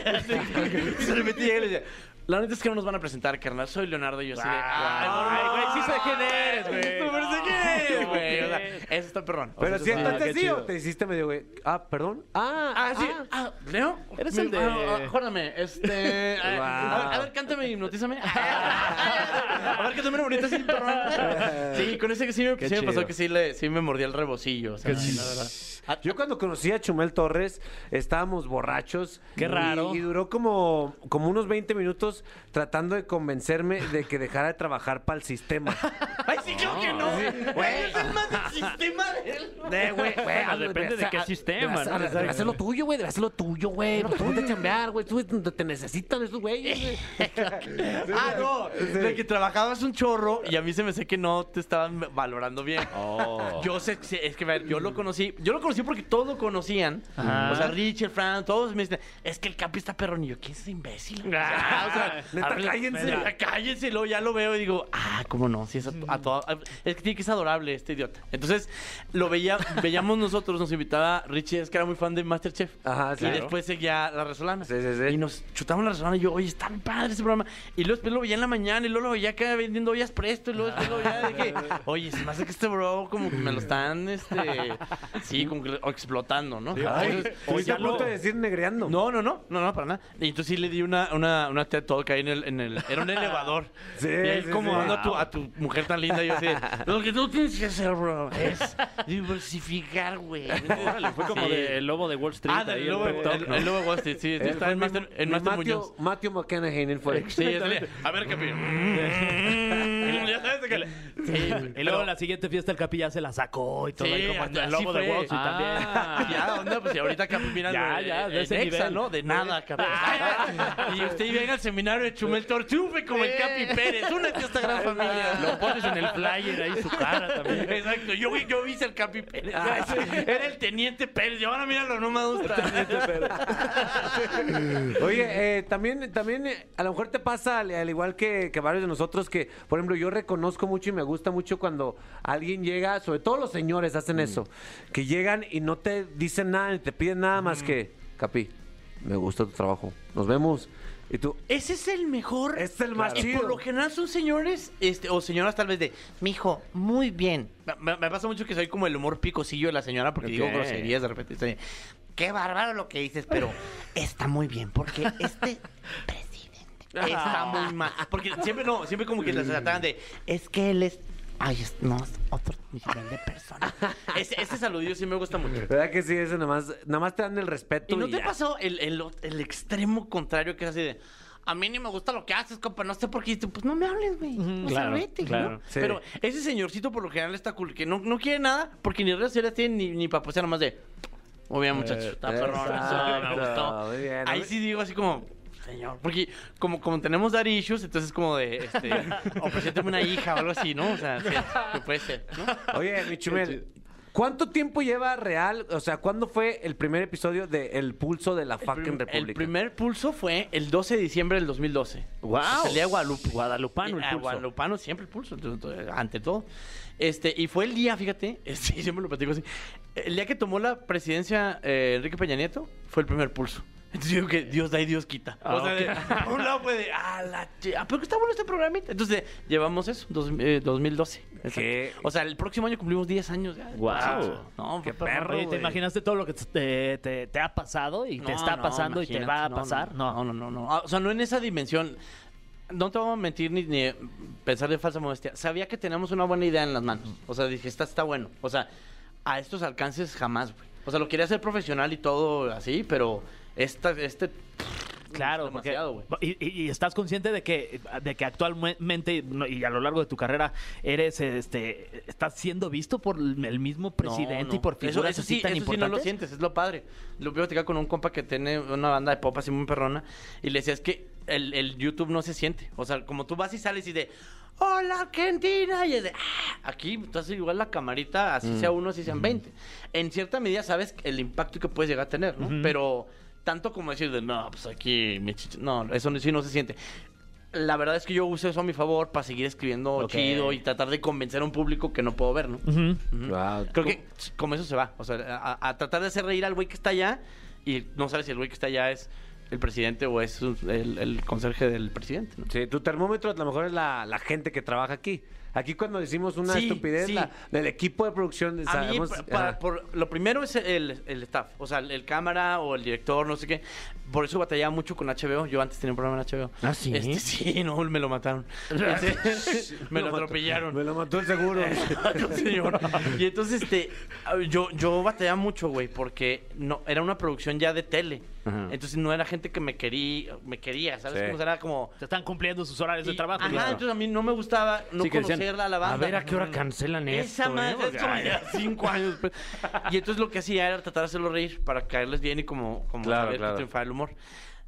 S8: y de repente llega y le dice, la neta es que no nos van a presentar, carnal. Soy Leonardo y yo así de...
S4: Ah,
S8: "Ay,
S4: güey, sí sé quién eres, güey.
S8: Súper sé quién eres, güey. O sea,
S4: ¿qué?
S8: eso está perrón. O
S2: Pero
S8: sea,
S2: si
S8: eso está-
S2: entonces
S4: qué
S2: sí, o
S4: chido.
S2: te hiciste medio, güey. Ah, perdón. Ah,
S8: Ah, sí. Ah, Leo.
S3: Eres
S8: mi-
S3: el de-
S8: ah, ah, Jórdame, este... ah, A, ver, a ver, cántame, hipnotízame. a ver, cántame una bonita así, perrón. Sí, con ese que sí me, sí me pasó
S4: chido.
S8: que sí, le, sí me mordí el rebocillo. O sea, la verdad.
S2: Yo cuando conocí a Chumel Torres, estábamos borrachos.
S3: Qué
S2: Y-
S3: raro.
S2: Y, duró como, como unos 20 minutos tratando de convencerme de que dejara de trabajar para el sistema.
S8: Ay, sí, claro que no.
S2: Güey.
S8: Güey, es el más del sistema de él.
S2: De, güey, güey, Ah,
S4: Bueno,
S2: hazlo,
S4: depende
S2: güey,
S4: de
S2: haz-
S4: qué
S2: haz-
S4: sistema,
S2: haz-
S4: ¿no?
S2: haz-
S4: Exacto.
S2: Haz lo tuyo, güey, haz lo tuyo, güey. Pues tú de chambear, güey. Tú te, te necesitan esos güeyes, güey.
S8: Ah, no. De que trabajabas un chorro y a mí se me sé que no te estaban valorando bien.
S2: Oh.
S8: Yo sé, sé- es que a ver, yo lo conocí. Yo lo conocí porque todos lo conocían. O sea, Richard, Fran, todos me dicen, es que el Capi está perrón. Y yo, ¿quién es ese imbécil? O sea, o sea,
S2: Ah. Neta,
S8: habla-
S2: cállense.
S8: neta, Cállense, luego ya lo veo y digo, ah, cómo no, sí, es a, a toda- Es que tiene que ser adorable. este idiota. Entonces, lo veía, veíamos nosotros, nos invitaba Richie, es que era muy fan de Masterchef.
S2: Ajá,
S8: Y
S2: claro.
S8: después seguía La Resolana.
S2: Sí, sí, sí.
S8: Y nos chutaban La Resolana y yo, oye, está bien padre ese programa. Y luego después lo veía en la mañana y luego lo veía acá vendiendo ollas presto y luego después lo veía de que, oye, se me hace que este bro como que me lo están, este, sí, como que lo- explotando, ¿no? Entonces,
S2: Estuviste a punto de decir negreando.
S8: no, no, no, no, no, para nada. Y entonces sí le di una, una, una TED Talk ahí en el, en el- Era un elevador.
S2: Sí,
S8: y ahí
S2: sí,
S8: como
S2: sí.
S8: dando a tu, a tu mujer tan linda, y yo así. de, Lo que tú tienes que hacer, bro, es diversificar, güey.
S4: Órale, fue como
S8: Sí.
S4: de el lobo de Wall Street.
S8: Ah, del
S4: ahí, el
S8: lobo,
S4: pep talk,
S8: el,
S4: ¿no?
S8: el lobo de Wall Street, sí.
S2: Eh,
S8: está
S2: fue
S8: en
S2: mi-
S8: Master, en
S2: mi
S8: Master
S2: Matthew-
S8: Muñoz.
S2: Matthew McConaughey él fue.
S8: Sí, es de, a ver, qué pido. ya sabes de que... Sí,
S3: Y luego en la siguiente fiesta el Capi ya se la sacó y todo.
S8: Sí,
S3: ahí como
S8: hasta
S3: el
S8: así
S3: lobo de
S8: fue.
S3: Wall Street también.
S8: Ah, Ya, onda, pues y ahorita Capi mira
S3: Ya,
S8: eh,
S3: ya, de
S8: eh,
S3: ese
S8: Nexa,
S3: nivel.
S8: ¿no? De nada, Capi. y usted venga al seminario de Chumel Torchufe como el Capi Pérez. Únete a esta gran familia. Lo pones en el flyer ahí su cara también. Exacto. Yo, vi- yo vi al Capi Pérez. Era el Teniente Pérez. Y ahora míralo, no me gusta.
S2: Oye, eh, también, también eh, a lo mejor te pasa al, al igual que, que varios de nosotros que, por ejemplo, yo reconozco mucho y me gusta mucho cuando alguien llega, sobre todo los señores
S8: Mm.
S2: hacen eso, que llegan y no te dicen nada, ni te piden nada más
S8: Mm.
S2: que, Capi, me gusta tu trabajo, nos vemos. Y tú,
S8: Ese es el mejor.
S2: Es el más
S8: Y por
S2: chido.
S8: lo general son señores, este, o señoras tal vez de, mijo, muy bien. Me, me pasa mucho que soy como el humor picosillo de la señora porque digo
S4: Ok.
S8: groserías de repente. estoy, Qué bárbaro lo que dices, pero está muy bien porque este presidente está muy mal. Porque siempre no, siempre como que las trataban de, es que él es... Ay, es, no, es otro nivel de persona. Ese, ese saludillo sí me gusta mucho.
S2: ¿verdad que sí? Eso nada más, nada más te dan el respeto.
S8: ¿Y no te
S2: ya.
S8: pasó el, el, el extremo contrario que es así de... A mí ni me gusta lo que haces, compa. No sé por qué. Y tú, Pues no me hables, güey. O sea,
S4: claro,
S8: vete, ¿no?
S4: claro.
S2: Sí.
S8: Pero ese señorcito por lo general está cool. Que no, no quiere nada porque ni redes sociales tiene ni, ni para postear nomás de... Muy bien, muchachos. Está perrón. eso Me
S2: Exacto,
S8: gustó.
S2: muy bien.
S8: Ahí sí digo así como... Señor, porque como, como tenemos dar issues, entonces es como de, este, o preséntame una hija o algo así, ¿no? O sea, sí, que puede ser, ¿no?
S2: Oye, Michumel, ¿cuánto tiempo lleva real? O sea, ¿cuándo fue el primer episodio de El Pulso de la
S8: Prim-
S2: Fucking República?
S8: El primer pulso fue el 12 de diciembre del 2012.
S4: Wow.
S8: El día de Guadalupe.
S4: Guadalupano el
S8: Ah,
S4: pulso.
S8: Guadalupano siempre el pulso, entonces, entonces, ante todo. Este, y fue el día, fíjate, este, y siempre lo platico así. El día que tomó la presidencia eh, Enrique Peña Nieto fue el primer pulso. Entonces yo digo que Dios da y Dios quita.
S4: Ah,
S8: o sea, de-
S4: ok.
S8: por un lado fue de, ah, la ch- ah, pero que está bueno este programita. Entonces llevamos eso, dos- eh, 2012.
S2: ¿Qué?
S8: Exacto. O sea, el próximo año cumplimos 10 años. ya.
S4: Wow.
S8: No,
S2: Qué
S8: fue-
S2: perro,
S3: Oye, ¿te
S2: güey.
S3: imaginaste todo lo que te, te- te ha pasado y te
S8: No,
S3: está
S8: no,
S3: pasando y te
S8: imagínate,
S3: va a
S8: no,
S3: pasar? No.
S8: No, no, no, no. Ah, O sea, no en esa dimensión. No te vamos a mentir ni, ni pensar de falsa modestia. Sabía que teníamos una buena idea en las manos. O sea, dije, esta está bueno. O sea, a estos alcances jamás, güey. O sea, lo quería hacer profesional y todo así, pero esta, este...
S3: Claro, porque,
S8: demasiado, güey.
S3: y, y- y estás consciente de que, de que actualmente no, y a lo largo de tu carrera eres, este, estás siendo visto por el mismo presidente
S8: No, no.
S3: y por figuras
S8: eso, eso
S3: así
S8: sí,
S3: tan
S8: eso sí no
S3: importantes.
S8: lo sientes, es lo padre. Lo voy a platicar con un compa que tiene una banda de pop así muy perrona y le decía, es que el, el YouTube no se siente. O sea, como tú vas y sales y de, hola Argentina, y es de, "Ah", aquí tú haces igual la camarita,
S3: Mm.
S8: así sea uno, así sean 20. En cierta medida sabes el impacto que puedes llegar a tener, ¿no? Pero tanto como decir de, no, pues aquí, mi chichi-". no, eso no- sí no se siente. La verdad es que yo uso eso a mi favor para seguir escribiendo
S3: Ok.
S8: chido y tratar de convencer a un público que no puedo ver, ¿no?
S3: Ujú.
S8: Ujú.
S2: Wow.
S8: Creo que como eso se va. O sea, a, a tratar de hacer reír al güey que está allá y no sabes si el güey que está allá es el presidente o es un- el, el conserje del presidente. ¿no?
S2: Sí, tu termómetro a lo mejor es la, la gente que trabaja aquí. Aquí cuando decimos una
S8: Sí,
S2: estupidez,
S8: sí.
S2: la- del equipo de producción
S8: A mí,
S2: sabemos... ah.
S8: pa- para-
S2: ajá.
S8: por- lo primero es el, el staff, o sea, el, el cámara o el director, no sé qué. Por eso batallaba mucho con HBO. Yo antes tenía un programa en HBO.
S4: Ah, ¿sí?
S8: Este, sí, no, me lo mataron. Este, me lo
S2: mató-
S8: atropellaron.
S2: Me lo mató el seguro.
S8: No, señor. Y entonces, este, yo, yo batallaba mucho, güey, porque no, era una producción ya de tele. Entonces no era gente que me quería, me quería, ¿sabes?
S2: Sí.
S8: Como era como.
S3: Te están cumpliendo sus horarios de
S8: y-
S3: trabajo.
S8: Ajá,
S3: claro.
S8: entonces a mí no me gustaba no
S4: Sí, que decían,
S8: conocerla a la banda.
S4: A ver a qué hora cancelan
S8: Esa
S4: esto.
S8: madre
S4: ¿eh?
S8: es como ya cinco años. pues. Y entonces lo que hacía era tratar de hacerlo reír para caerles bien y como, como
S2: Claro,
S8: saber
S2: claro.
S8: que triunfaba el humor.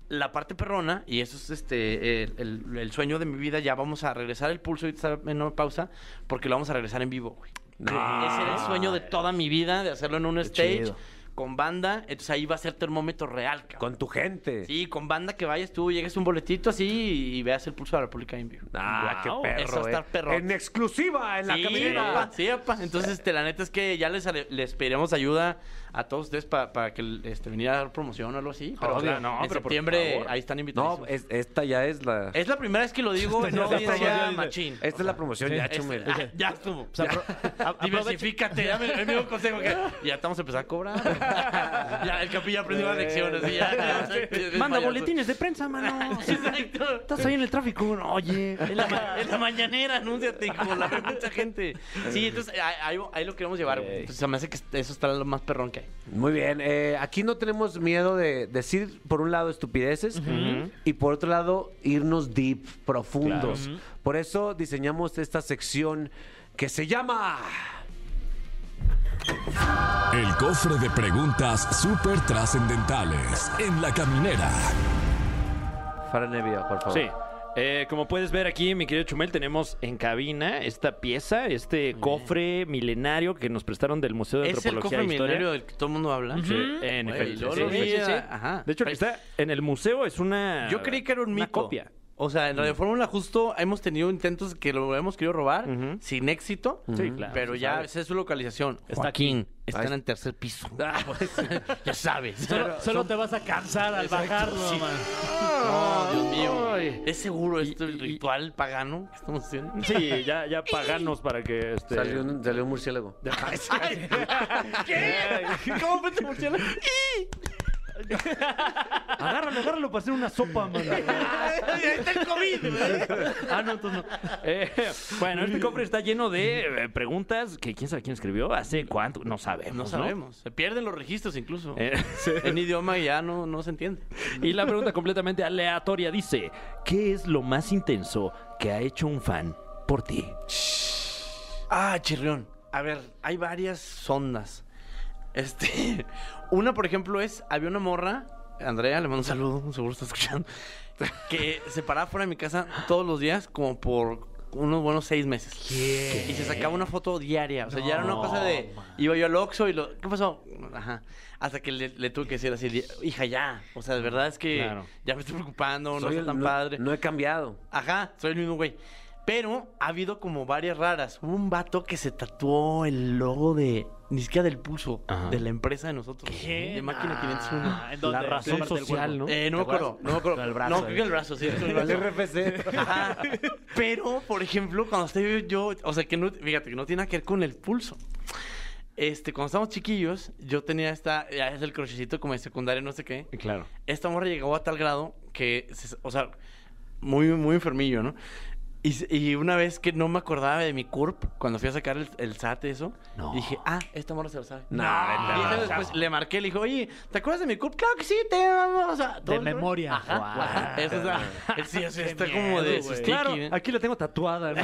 S8: La parte perrona, y eso es este el, el- el sueño de mi vida, ya vamos a regresar el pulso, ahorita está en una pausa, porque lo vamos a regresar en vivo, güey.
S2: No.
S8: Ese era el sueño de toda mi vida, de hacerlo en un stage. con banda, entonces ahí va a ser termómetro real, cabrón.
S2: Con tu gente.
S8: Sí, con banda que vayas tú, llegues un boletito así y, y veas el pulso de la República en vivo.
S2: Ah, qué
S8: Wow.
S2: perro.
S8: Eso va a
S2: eh.
S8: estar perro.
S2: En exclusiva en la
S8: sí,
S2: caminera.
S8: apa, sí, apa. Entonces, este, la neta es que ya les, les pediremos ayuda a todos ustedes pa- para que este, venir a dar promoción o algo así. Pero
S4: Obvio,
S8: claro,
S4: no,
S8: en
S4: pero por
S8: septiembre
S4: favor.
S8: ahí están invitados.
S2: No, es- esta ya es la.
S8: Es la primera vez que lo digo en una
S4: Esta es la
S8: audiencia
S4: promoción,
S8: machín.
S2: Esta es la promoción ya,
S8: Este-
S2: Chumel.
S8: ah, ya estuvo.
S3: O sea, apro- a- aprovecha-
S8: Diversifícate, ya me, me dio un consejo que ya estamos a empezar a cobrar. ya el capilla aprendió las lecciones. y ya, ya, ya-
S4: Manda
S8: payaso.
S4: boletines de prensa, mano.
S8: Exacto.
S4: Estás ahí en el tráfico. no, Oye.
S8: En la, ma- en la mañanera, anúnciate, como la ve mucha gente. Sí, entonces ahí, ahí- ahí lo queremos llevar. güey. Entonces, se me hace que eso está lo más perrón que hay.
S2: Muy bien. eh, aquí no tenemos miedo de decir, por un lado, estupideces y por otro lado, irnos deep, profundos. Por eso diseñamos esta sección que se llama.
S1: El cofre de preguntas súper trascendentales en la caminera.
S2: Faranevia, por favor.
S4: Sí. Eh, como puedes ver aquí, mi querido Chumel, tenemos en cabina esta pieza, este cofre milenario que nos prestaron del Museo de
S8: Es el
S4: Antropología
S8: cofre
S4: e Historia.
S8: milenario del que todo el mundo habla.
S4: Sí, en
S8: Güey,
S4: efecto,
S8: yo
S4: sí,
S8: lo
S4: sí,
S8: vi,
S4: sí, sí.
S8: ajá.
S4: De hecho, el que está en el museo es una.
S8: Yo creí que era un
S4: una
S8: mito.
S4: copia.
S8: O sea, en Radio Fórmula justo hemos tenido intentos que lo hemos querido robar
S4: Ujú.
S8: sin éxito.
S4: Sí, claro,
S8: Pero
S4: se
S8: ya
S4: sabe.
S8: esa es su localización. Ah, Está aquí. Está en el tercer piso. ya sabes.
S3: Solo, solo te vas a cansar al bajarlo, man.
S8: No, Dios mío.
S4: Ay.
S8: ¿Es seguro esto el ritual pagano que estamos haciendo?
S4: Sí, ya, ya paganos para que. Este...
S2: Salió un, salió un murciélago.
S8: ¿Cómo fue tu murciélago?
S4: Agárralo, agárralo para hacer una sopa, man.
S8: ¡Ahí está el COVID!
S4: Ah, no, entonces no. Eh, bueno, este cofre está lleno de eh, preguntas que quién sabe quién escribió, hace cuánto, no sabemos.
S8: Pues No sabemos. Se pierden los registros incluso.
S4: Eh, sí.
S8: En idioma ya no, no se entiende.
S4: Y la pregunta completamente aleatoria dice: ¿Qué es lo más intenso que ha hecho un fan por ti?
S8: Ah, chirrión. A ver, hay varias sondas. Este, una, por ejemplo, es, había una morra, Andrea, le mando un saludo, seguro está escuchando, que se paraba fuera de mi casa todos los días como por unos buenos seis meses. Y se sacaba una foto diaria. O sea, ya era una cosa de, iba yo al Oxxo y lo, ¿qué pasó? Ajá. Hasta que le, le tuve que decir así, hija, ya. O sea, de verdad es que
S4: Claro.
S8: ya me estoy preocupando, no
S2: Soy
S8: está
S2: el-
S8: tan padre.
S2: No he cambiado.
S8: Ajá, soy el mismo güey. Pero ha habido como varias raras. Hubo un vato que se tatuó el logo de. Ni siquiera del pulso.
S4: Ajá.
S8: De la empresa de nosotros. De máquina 501.
S3: Ah, ¿en dónde?
S4: La razón
S3: Parte del
S4: social,
S3: cuerpo.
S4: ¿no?
S8: Eh, no me acuerdo, no me acuerdo.
S4: el brazo,
S8: no, creo que el brazo, sí. creo que el brazo.
S2: RFC.
S8: Ajá. Pero, por ejemplo, cuando estoy yo, o sea, que no, fíjate, que no tiene nada que ver con el pulso. Este, cuando estábamos chiquillos, yo tenía esta, ya es el crochecito como de secundaria, no sé qué.
S4: Claro.
S8: Esta morra llegó a tal grado que, se- o sea, muy, muy enfermillo, ¿no? Y, se- y una vez que no me acordaba de mi CURP, cuando fui a sacar el, el SAT, eso,
S4: No.
S8: dije, ah, esta morra se lo sabe. Y
S2: No, vete a la
S8: entonces después le marqué, le dije, oye, ¿te acuerdas de mi CURP? Claro que sí, te amo. O sea, todo el-
S3: memoria.
S8: Ajá.
S3: Guau.
S8: ajá.
S2: Ah,
S8: Eso es la- el- sí, eso está como de su sticky,
S4: Claro,
S8: ¿eh? Ah,
S4: aquí la tengo tatuada. ¿no?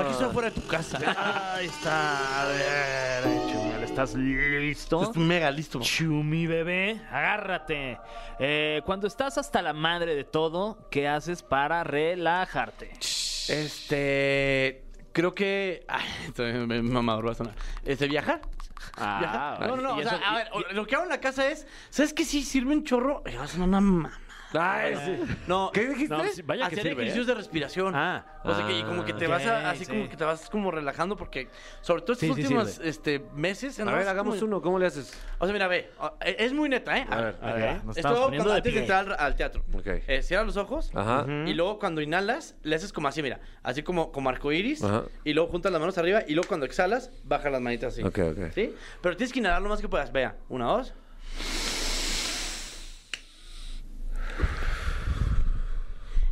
S8: Aquí está fuera de tu casa.
S3: Ahí está. A ver, Chumel, ¿estás listo?
S8: Estás Pues, mega listo.
S3: Chumi, bebé, agárrate. Eh, cuando estás hasta la madre de todo, ¿qué haces para relajarte?
S8: Este. Creo que. Ay, estoy me- mamador, va a sonar. Este, viajar.
S4: Ah,
S8: Viajar. No, no, no.
S4: y
S8: O sea,
S4: eso-
S8: a
S4: y-
S8: ver, o- lo que hago en la casa es. ¿Sabes qué? Sí, sirve un chorro. Ay, vas a sonar una mamá.
S2: Ay, sí.
S8: No.
S2: ¿Qué dijiste?
S4: No, sí, vaya que
S8: hacer
S4: sirve.
S8: ejercicios
S4: ¿eh?
S8: de respiración.
S4: Ah.
S8: O sea que y como que te vas a-
S3: ok,
S8: así como
S3: sí.
S8: que te vas como relajando porque sobre todo estos
S3: Sí, sí
S8: últimos
S3: sirve.
S8: este meses
S2: A ver, hagamos uno. ¿Cómo le haces?
S8: O sea, mira, ve, o- e- es muy neta, ¿eh?
S2: A ver,
S3: A ver, nos
S8: Esto
S3: estamos
S8: hago
S3: poniendo
S8: cuando
S3: de
S8: antes de
S3: pie.
S8: entrar al, al teatro.
S2: Ok.
S8: Eh, cierra los ojos.
S2: Ajá.
S8: Y luego cuando inhalas, le haces como así, mira, así como, como arcoíris.
S2: Ajá.
S8: Y luego juntas las manos arriba. Y luego cuando exhalas, baja las manitas así.
S2: Ok, ok.
S8: ¿Sí? Pero tienes que inhalar lo más que puedas. Vea, una, dos.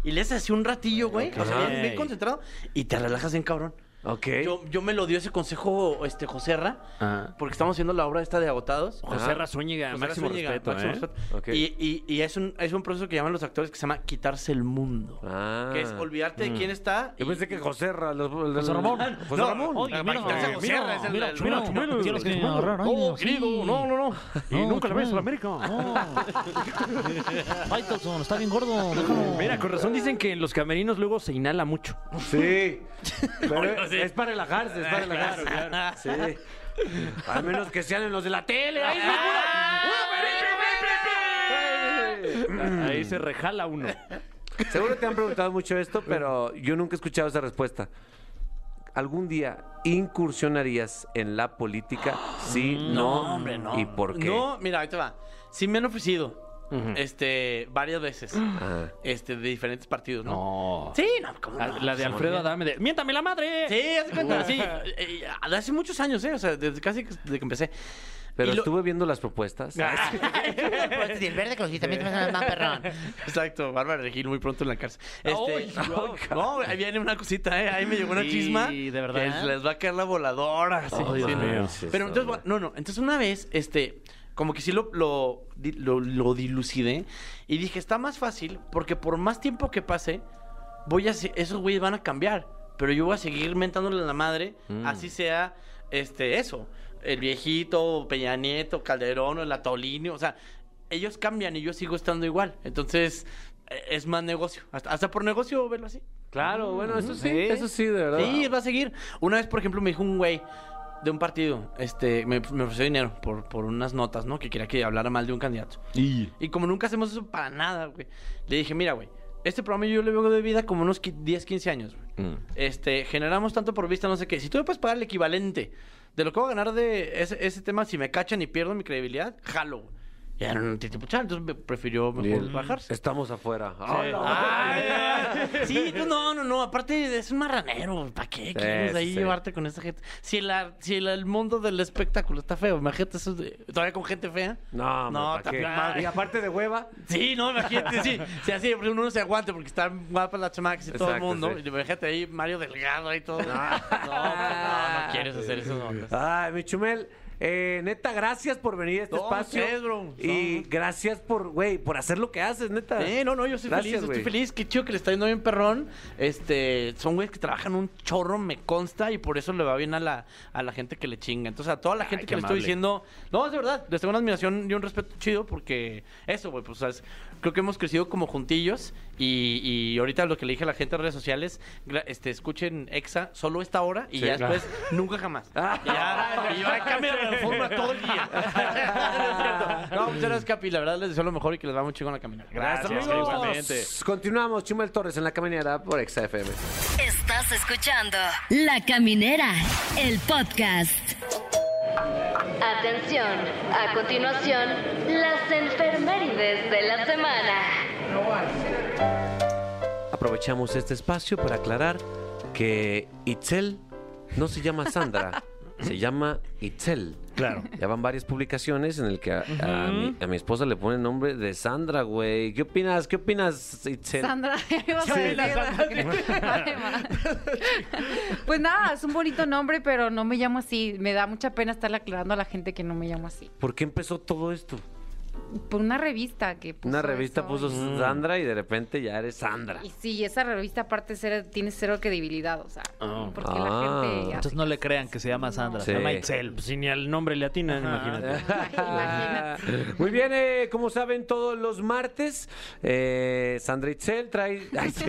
S8: Y le haces así un ratillo, güey. O sea, bien, bien concentrado. Y te relajas bien, cabrón.
S2: Ok.
S8: Yo, yo me lo dio ese consejo, este, José
S4: Ah.
S8: porque estamos haciendo la obra esta de Agotados.
S4: José Razúñiga,
S8: José
S4: máximo
S8: Razúñiga,
S4: respeto.
S8: máximo
S4: ¿eh?
S8: respeto.
S2: Ok.
S8: Y, y- y es, un, es un proceso que llaman los actores que se llama quitarse el mundo.
S2: Ah.
S8: Que es olvidarte de quién está.
S2: Yo
S8: y-
S2: pensé que José Ra- los- los-
S3: José Ramón.
S2: José
S8: No,
S2: Ramón.
S8: oye,
S2: Ah,
S8: mira,
S2: para quitarse a
S8: mira,
S2: José Ra, es el-
S8: mira,
S2: el-
S8: mira,
S2: el-
S3: Chumel,
S2: el-
S3: tienes que
S2: Chumel.
S3: agarrar ahí,
S2: Oh,
S3: así.
S2: querido, no, no, no.
S4: Y nunca le vayas a la América.
S3: Faitelson, está bien gordo.
S4: Mira, con razón dicen que en los camerinos luego se inhala mucho.
S2: Sí. Pero es para relajarse, es para relajarse. Sí. Al menos que sean en los de la tele. ¡Ay,
S4: Ahí se rejala uno.
S2: Seguro te han preguntado mucho esto, pero yo nunca he escuchado esa respuesta. ¿Algún día incursionarías en la política? Sí, no,
S8: hombre, Mm, no.
S2: ¿Y por qué?
S8: No, mira, ahí te va. Sí me han ofrecido, este, varias veces,
S2: Ah.
S8: este, de diferentes partidos, ¿no?
S4: No.
S8: Sí, no, ¿cómo
S4: La,
S8: no?
S4: Ah, la de Alfredo Adame de ¡Miéntame la madre!
S8: Sí, hace cuenta, sí. eh, eh, hace muchos años, ¿eh? O sea, desde casi que desde que empecé.
S2: Pero
S8: Y lo- Ah.
S2: estuve viendo las propuestas.
S8: Y el verde con también más perrón. Exacto, Bárbara Regil muy pronto en la cárcel. Este, no, ahí viene una cosita, ¿eh? ahí me llegó una
S3: Sí,
S8: chisma.
S3: ¿de verdad?
S8: Que les va a caer la voladora. sí,
S4: Ay,
S8: sí,
S4: Dios
S8: no.
S4: mío.
S8: Pero entonces, bueno, no, no. Entonces una vez, este, como que sí lo, lo, di- lo, lo dilucidé y dije, está más fácil porque por más tiempo que pase, voy a, se- esos güeyes van a cambiar. Pero yo voy a seguir mentándole a la madre,
S4: Mm.
S8: así sea, este, eso. El viejito, Peña Nieto, Calderón, o el Atolino, o sea, ellos cambian y yo sigo estando igual. Entonces, eh, es más negocio. Hasta, hasta por negocio, verlo así.
S2: Claro, bueno, eso sí,
S8: ¿Sí?
S2: eso sí, de verdad.
S8: Sí, va a seguir. Una vez, por ejemplo, me dijo un güey de un partido, este, me, me ofreció dinero por, por unas notas, ¿no? Que quería que hablara mal de un candidato.
S4: Y...
S8: Y como nunca hacemos eso para nada, güey, le dije, mira, güey, este programa yo le veo de vida como unos qui- 10, 15 años, güey.
S2: Mm.
S8: Este, generamos tanto por vista, no sé qué. Si tú me puedes pagar el equivalente de lo que voy a ganar de ese, ese tema, si me cachan y pierdo mi credibilidad, jalo, güey. Ya no, no, te- te puchaba, entonces me prefirió mejor
S2: Bien.
S8: bajarse.
S2: Estamos afuera. Ah,
S8: Ay, Oh, sí, tú no, no, no. Aparte, es un marranero. ¿Para qué quieres
S2: sí,
S8: ahí
S2: sí.
S8: llevarte con esa gente? Si, la, si el, el mundo del espectáculo está feo, imagínate eso. de- todavía con gente fea.
S2: No, hombre,
S8: no,
S2: ¿para qué?
S8: también-
S2: Y aparte de hueva,
S8: Sí, no, imagínate, sí. Si así uno no se aguante porque están guapas las chamacas y todo el
S2: Exacto,
S8: mundo.
S2: sí.
S8: Y Imagínate ahí Mario Delgado y todo. No, no, pues, no, no quieres hacer eso. No, no.
S2: Ay, mi Chumel, eh, neta, gracias por venir a este
S8: No,
S2: espacio.
S8: ustedes, bro.
S2: Y
S8: No.
S2: gracias por, güey, por hacer lo que haces, neta.
S8: Eh, no, no, yo soy
S2: Gracias,
S8: feliz,
S2: güey.
S8: estoy feliz, qué chido que le está yendo bien perrón. Este, son güeyes que trabajan un chorro, me consta, y por eso le va bien a la, a la gente que le chinga. Entonces, a toda la gente
S4: qué
S8: que le estoy
S4: amable.
S8: diciendo, no, es de verdad, les tengo una admiración y un respeto chido porque eso, güey, pues, ¿sabes? creo que hemos crecido como juntillos y, y ahorita lo que le dije a la gente en redes sociales, gra- este, escuchen EXA solo esta hora y ya después nunca jamás.
S4: Ah.
S8: Y ya, y yo, ay, cambia de forma todo el día. No es cierto. no, muchas gracias, Capi, la verdad les deseo lo mejor y que les va muy chingón la caminata.
S2: Gracias,
S4: Gracias,
S2: amigos.
S4: igualmente.
S2: Continuamos, Chumel Torres en la caminera por XFM.
S5: Estás escuchando La Caminera, el podcast. Atención, a continuación, las enfermerides de la semana.
S2: Aprovechamos este espacio para aclarar que Itzel no se llama Sandra, se llama Itzel. Claro. Ya van varias publicaciones en el que a, a mi, a mi esposa le ponen nombre de Sandra, güey. ¿Qué opinas? ¿Qué opinas, Itzel?
S9: Sandra, iba a decir. Además. Pues nada, es un bonito nombre, pero no me llamo así. Me da mucha pena estarle aclarando a la gente que no me llamo así.
S2: ¿Por qué empezó todo esto?
S9: Por una revista que puso
S2: Una revista
S9: eso.
S2: puso Sandra y de repente ya eres Sandra.
S9: Y sí, esa revista aparte cero- tiene cero credibilidad, o sea, porque
S2: Ah.
S9: la gente... hace
S3: Entonces no le
S9: cosas
S3: crean que se llama
S9: así.
S3: Sandra,
S2: Sí.
S3: se llama Itzel.
S4: Pues, si ni al nombre le atinan, imagínate.
S9: Imagínate.
S2: Muy bien, eh, como saben, todos los martes, eh, Sandra Itzel trae, ay, sí.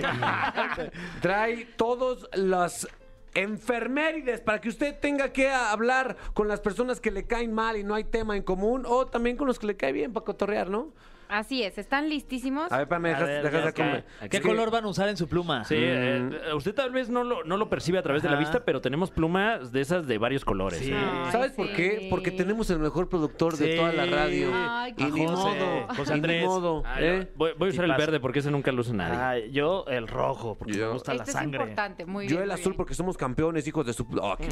S2: trae todos los enfermerides para que usted tenga que a- hablar con las personas que le caen mal y no hay tema en común o también con los que le cae bien para cotorrear, ¿no?
S9: Así es, ¿están listísimos?
S2: A ver, para me
S3: A
S2: dejas,
S3: ver,
S2: dejas
S3: ya
S2: de
S3: está.
S2: comer.
S3: ¿Qué
S2: Es que-
S3: color van a usar en su pluma? Mm.
S4: Sí, eh, usted tal vez no lo, no lo percibe a través de la
S3: Ajá.
S4: vista, pero tenemos plumas de esas de varios colores.
S3: Sí.
S4: ¿eh?
S9: Ay,
S2: ¿Sabes por
S9: sí.
S2: qué? Porque tenemos el mejor productor de
S4: Sí.
S2: toda la radio.
S9: Ay,
S2: y
S9: qué
S2: ni
S9: José,
S2: modo,
S4: José
S2: y ni
S4: Andrés.
S2: modo.
S4: Ah,
S2: ¿eh?
S4: yo- Voy, voy a usar el
S3: Tipazo.
S4: verde porque ese nunca lo usa nadie.
S3: Ah, yo el rojo, porque
S2: Yo-
S3: me gusta
S9: Esto
S3: la
S9: Este es
S3: sangre.
S9: importante, muy bien.
S2: Yo el
S9: muy
S2: azul
S9: bien.
S2: porque somos campeones, hijos de su... Oh, qué-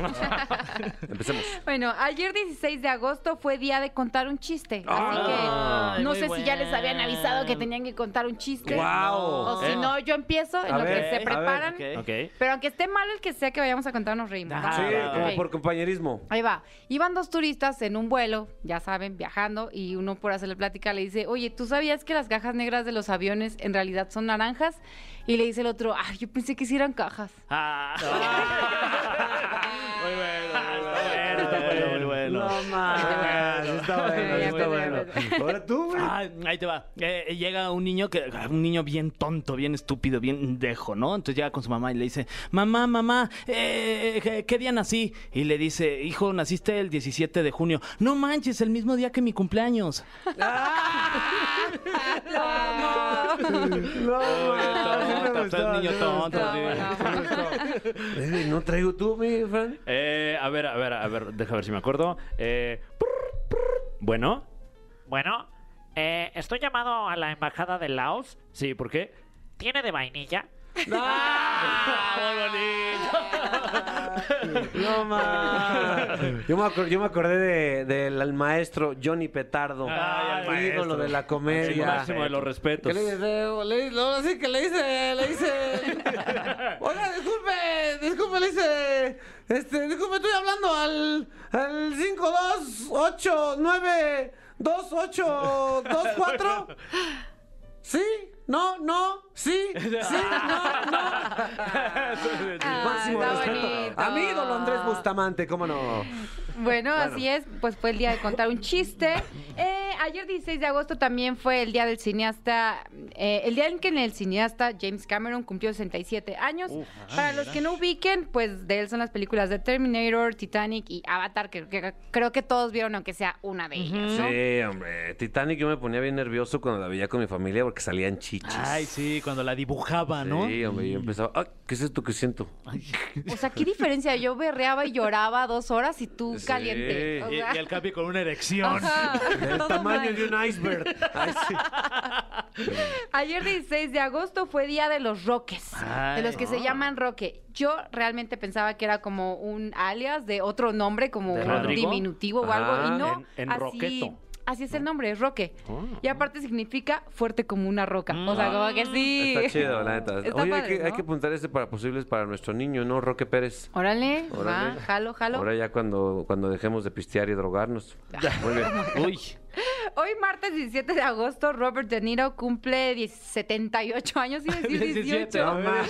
S2: Empecemos.
S9: Bueno, ayer 16 de agosto fue día de contar un chiste.
S3: Ah.
S9: así que no
S3: Ay,
S9: sé
S3: muy
S9: si ya les habían
S3: bueno.
S9: avisado que tenían que contar un chiste.
S2: Guau.
S9: O si
S4: Eh.
S9: no, yo empiezo en
S2: A
S9: lo
S2: ver,
S9: que se
S2: a
S9: preparan.
S3: ver, ok.
S4: Ok.
S9: Pero aunque esté malo el que sea que vayamos a contar, nos reímos.
S3: Ajá.
S9: ¿va?
S2: Sí,
S3: Ah,
S2: como
S9: ok.
S2: por compañerismo.
S9: Ahí va. Iban dos turistas en un vuelo, ya saben, viajando, y uno por hacerle plática le dice, oye, ¿tú sabías que las cajas negras de los aviones en realidad son naranjas? Y le dice el otro, ay, yo pensé que sí eran cajas.
S4: Ah.
S3: Ah. Muy bueno, muy bueno, muy bueno, muy bueno.
S4: bueno.
S2: No más. Está bueno,
S9: Ya
S2: Ah, está
S9: empecé,
S2: bueno.
S9: ya empecé.
S2: Ahora tú, güey.
S3: Ah, ahí te va. Eh, llega un niño que un niño bien tonto, bien estúpido, bien dejo, ¿no? Entonces llega con su mamá y le dice, mamá, mamá, eh, eh, ¿qué- ¿qué día nací? Y le dice, hijo, naciste el 17 de junio. No manches, el mismo día que mi cumpleaños.
S2: No,
S3: tonto,
S2: más.
S3: estás niño tonto,
S2: No traigo tú, mi Fran.
S4: Eh, a ver, a ver, a ver, deja ver si me acuerdo. Eh, prr, prr. Bueno.
S10: Bueno, eh, estoy llamado a la embajada de Laos.
S4: Sí, ¿por qué?
S10: ¿Tiene de vainilla?
S2: Ah, No más. Yo me, acor- yo me acordé de- del al maestro Johnny Petardo.
S4: Ay, al
S2: ídolo
S4: maestro.
S2: de la
S4: El
S2: comedia.
S4: máximo de los respetos.
S2: ¿Qué le dice? Le, no, ahora sí que le hice, le hice. Oiga, disculpe, disculpe, le hice. Este, disculpe, estoy hablando al. al 528928242. ¿Sí? No, no, sí, sí, no, no.
S9: Ah,
S2: Máximo
S9: está
S2: respeto.
S9: bonito.
S2: A mi ídolo Andrés Bustamante, ¿cómo no?
S9: Bueno, así es, pues fue el día de contar un chiste. Eh, ayer 16 de agosto también fue el día del cineasta, eh, el día en que el cineasta James Cameron cumplió 67 años. Para los que no ubiquen, pues de él son las películas de Terminator, Titanic y Avatar, que, que creo que todos vieron aunque sea una de ellas, ¿no?
S2: Sí, hombre. Titanic yo me ponía bien nervioso cuando la veía con mi familia porque salían chichis.
S3: Ay, sí, cuando la dibujaba, ¿no?
S2: Sí, hombre,
S9: Mm.
S2: yo empezaba, "Ah, ¿qué es esto que siento?
S9: O sea, qué diferencia, yo berreaba y lloraba dos horas y tú
S2: Sí.
S9: caliente. O
S3: Y,
S9: sea,
S3: y el Capi con una erección.
S9: ajá,
S2: Del
S9: todo
S2: tamaño
S9: mal.
S2: de un iceberg. Ay, sí.
S9: Ayer 16 de agosto fue día de los roques,
S3: Ay.
S9: de los que
S4: Ah.
S9: se llaman roque. Yo realmente pensaba que era como un alias de otro nombre, como
S4: ¿De
S9: un
S4: Rodrigo?
S9: diminutivo o algo,
S2: Ah,
S9: y no.
S4: en- en
S9: así,
S4: roqueto. Ah.
S9: así es el nombre, es roque. Y aparte significa fuerte como una roca. O sea, como
S4: Mm.
S9: que sí.
S2: Está chido, la neta.
S9: Está
S2: Oye, hay,
S9: padre,
S2: que, hay
S9: ¿no?
S2: que apuntar ese para posibles para nuestro niño, ¿no? Roque Pérez.
S9: Órale,
S2: Órale.
S9: va, jalo, jalo.
S2: Ahora ya cuando, cuando dejemos de pistear y drogarnos. Muy bien.
S3: Uy.
S9: Hoy martes 17 de agosto, Robert De Niro cumple 10 78 años, y decir 18.
S2: No más.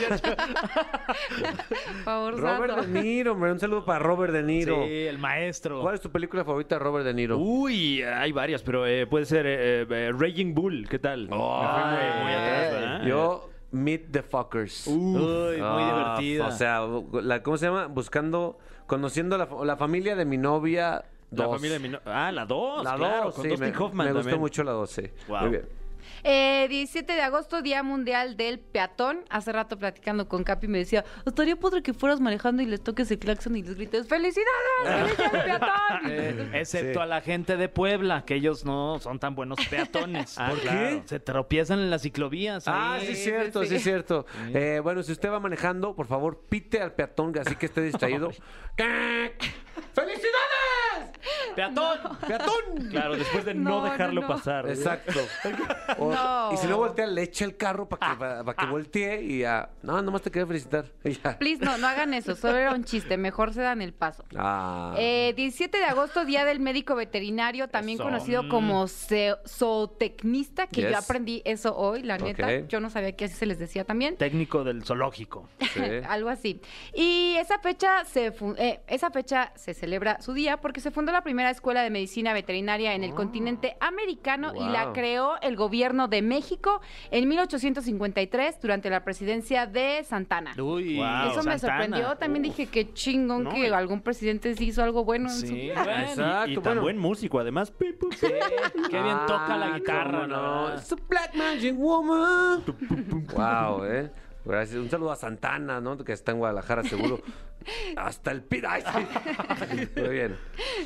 S9: Favor,
S2: Robert
S9: santo.
S2: De Niro, hombre. Un saludo para Robert De
S3: Sí,
S2: Niro. Uh,
S3: el maestro.
S2: ¿Cuál es tu película favorita, Robert De Niro?
S4: Uy, hay varias, pero eh, puede ser eh, eh, eh, Raging Bull, ¿qué tal? Me fui muy, muy atrás, ¿verdad?
S2: Oh, eh, Yo, Meet the Fuckers.
S3: Uy, muy
S2: Ah,
S3: divertida.
S2: O sea, la- ¿cómo se llama? Buscando, conociendo la, fa- la familia de mi novia.
S4: La
S2: dos.
S4: familia de mi no- Ah, la 2.
S2: La
S4: claro,
S2: dos,
S4: con
S2: sí,
S4: Dustin
S2: me,
S4: Hoffman
S2: me gustó
S4: también.
S2: mucho la 12.
S4: Guau.
S2: Muy bien.
S9: Eh, 17 de agosto, Día Mundial del Peatón. Hace rato platicando con Capi me decía, estaría padre que fueras manejando y les toques el claxon y les grites,
S2: Ah.
S9: ¡Felicidades! ¡Feliz Día del
S2: Eh.
S9: Peatón!
S3: Eh, Excepto a la gente de Puebla, que ellos no son tan buenos peatones.
S4: Ah, ¿Por qué? claro.
S3: Se tropiezan en las ciclovías. ¿eh?
S2: Ah,
S3: ahí.
S2: sí, es cierto, sí,
S9: sí, sí.
S2: es cierto. Eh, bueno, si usted va manejando, por favor, pite al peatón, así que esté distraído. ¡Felicidades!
S3: ¡Peatón!
S2: ¡Peatón!
S4: Claro, después de
S9: No,
S4: no,
S9: no,
S4: dejarlo
S9: no.
S4: pasar.
S2: Exacto. O-
S9: No. Ah.
S2: Y si no voltea, le echa el carro para que, pa- pa' que voltee y ya. No, nomás te quería felicitar. Y ya.
S9: Please, no, no hagan eso. Solo era un chiste. Mejor se dan el paso.
S2: Ah.
S9: Eh, 17 de agosto, Día del Médico Veterinario, también
S4: Eso.
S9: conocido como ce- zootecnista, que
S2: Yes.
S9: yo aprendí eso hoy, la neta.
S2: Ok.
S9: Yo no sabía que así se les decía también.
S3: Técnico del zoológico.
S2: sí.
S9: algo así. Y esa fecha se fu- eh, esa fecha se celebra su día porque se fundó la primera escuela de medicina veterinaria
S2: Oh.
S9: en el continente americano y la
S2: Wow.
S9: creó el gobierno de México en 1853 durante la presidencia de Santana.
S3: Uy,
S9: Eso me sorprendió. También dije que chingón
S4: No,
S9: que
S4: y-
S9: algún presidente sí hizo algo bueno. en su
S3: Sí,
S9: vida.
S3: bueno, y-
S2: Exacto,
S4: Y, y tan
S2: bueno.
S4: buen músico, además. Pi, pu, pi.
S3: Qué bien toca la
S2: Ah,
S3: guitarra,
S2: cómo no.
S3: ¿no?
S2: It's a black magic woman. wow, eh. Gracias. Un saludo a Santana, ¿no? Que está en Guadalajara, seguro. Hasta el pira. Ay, sí. Muy bien.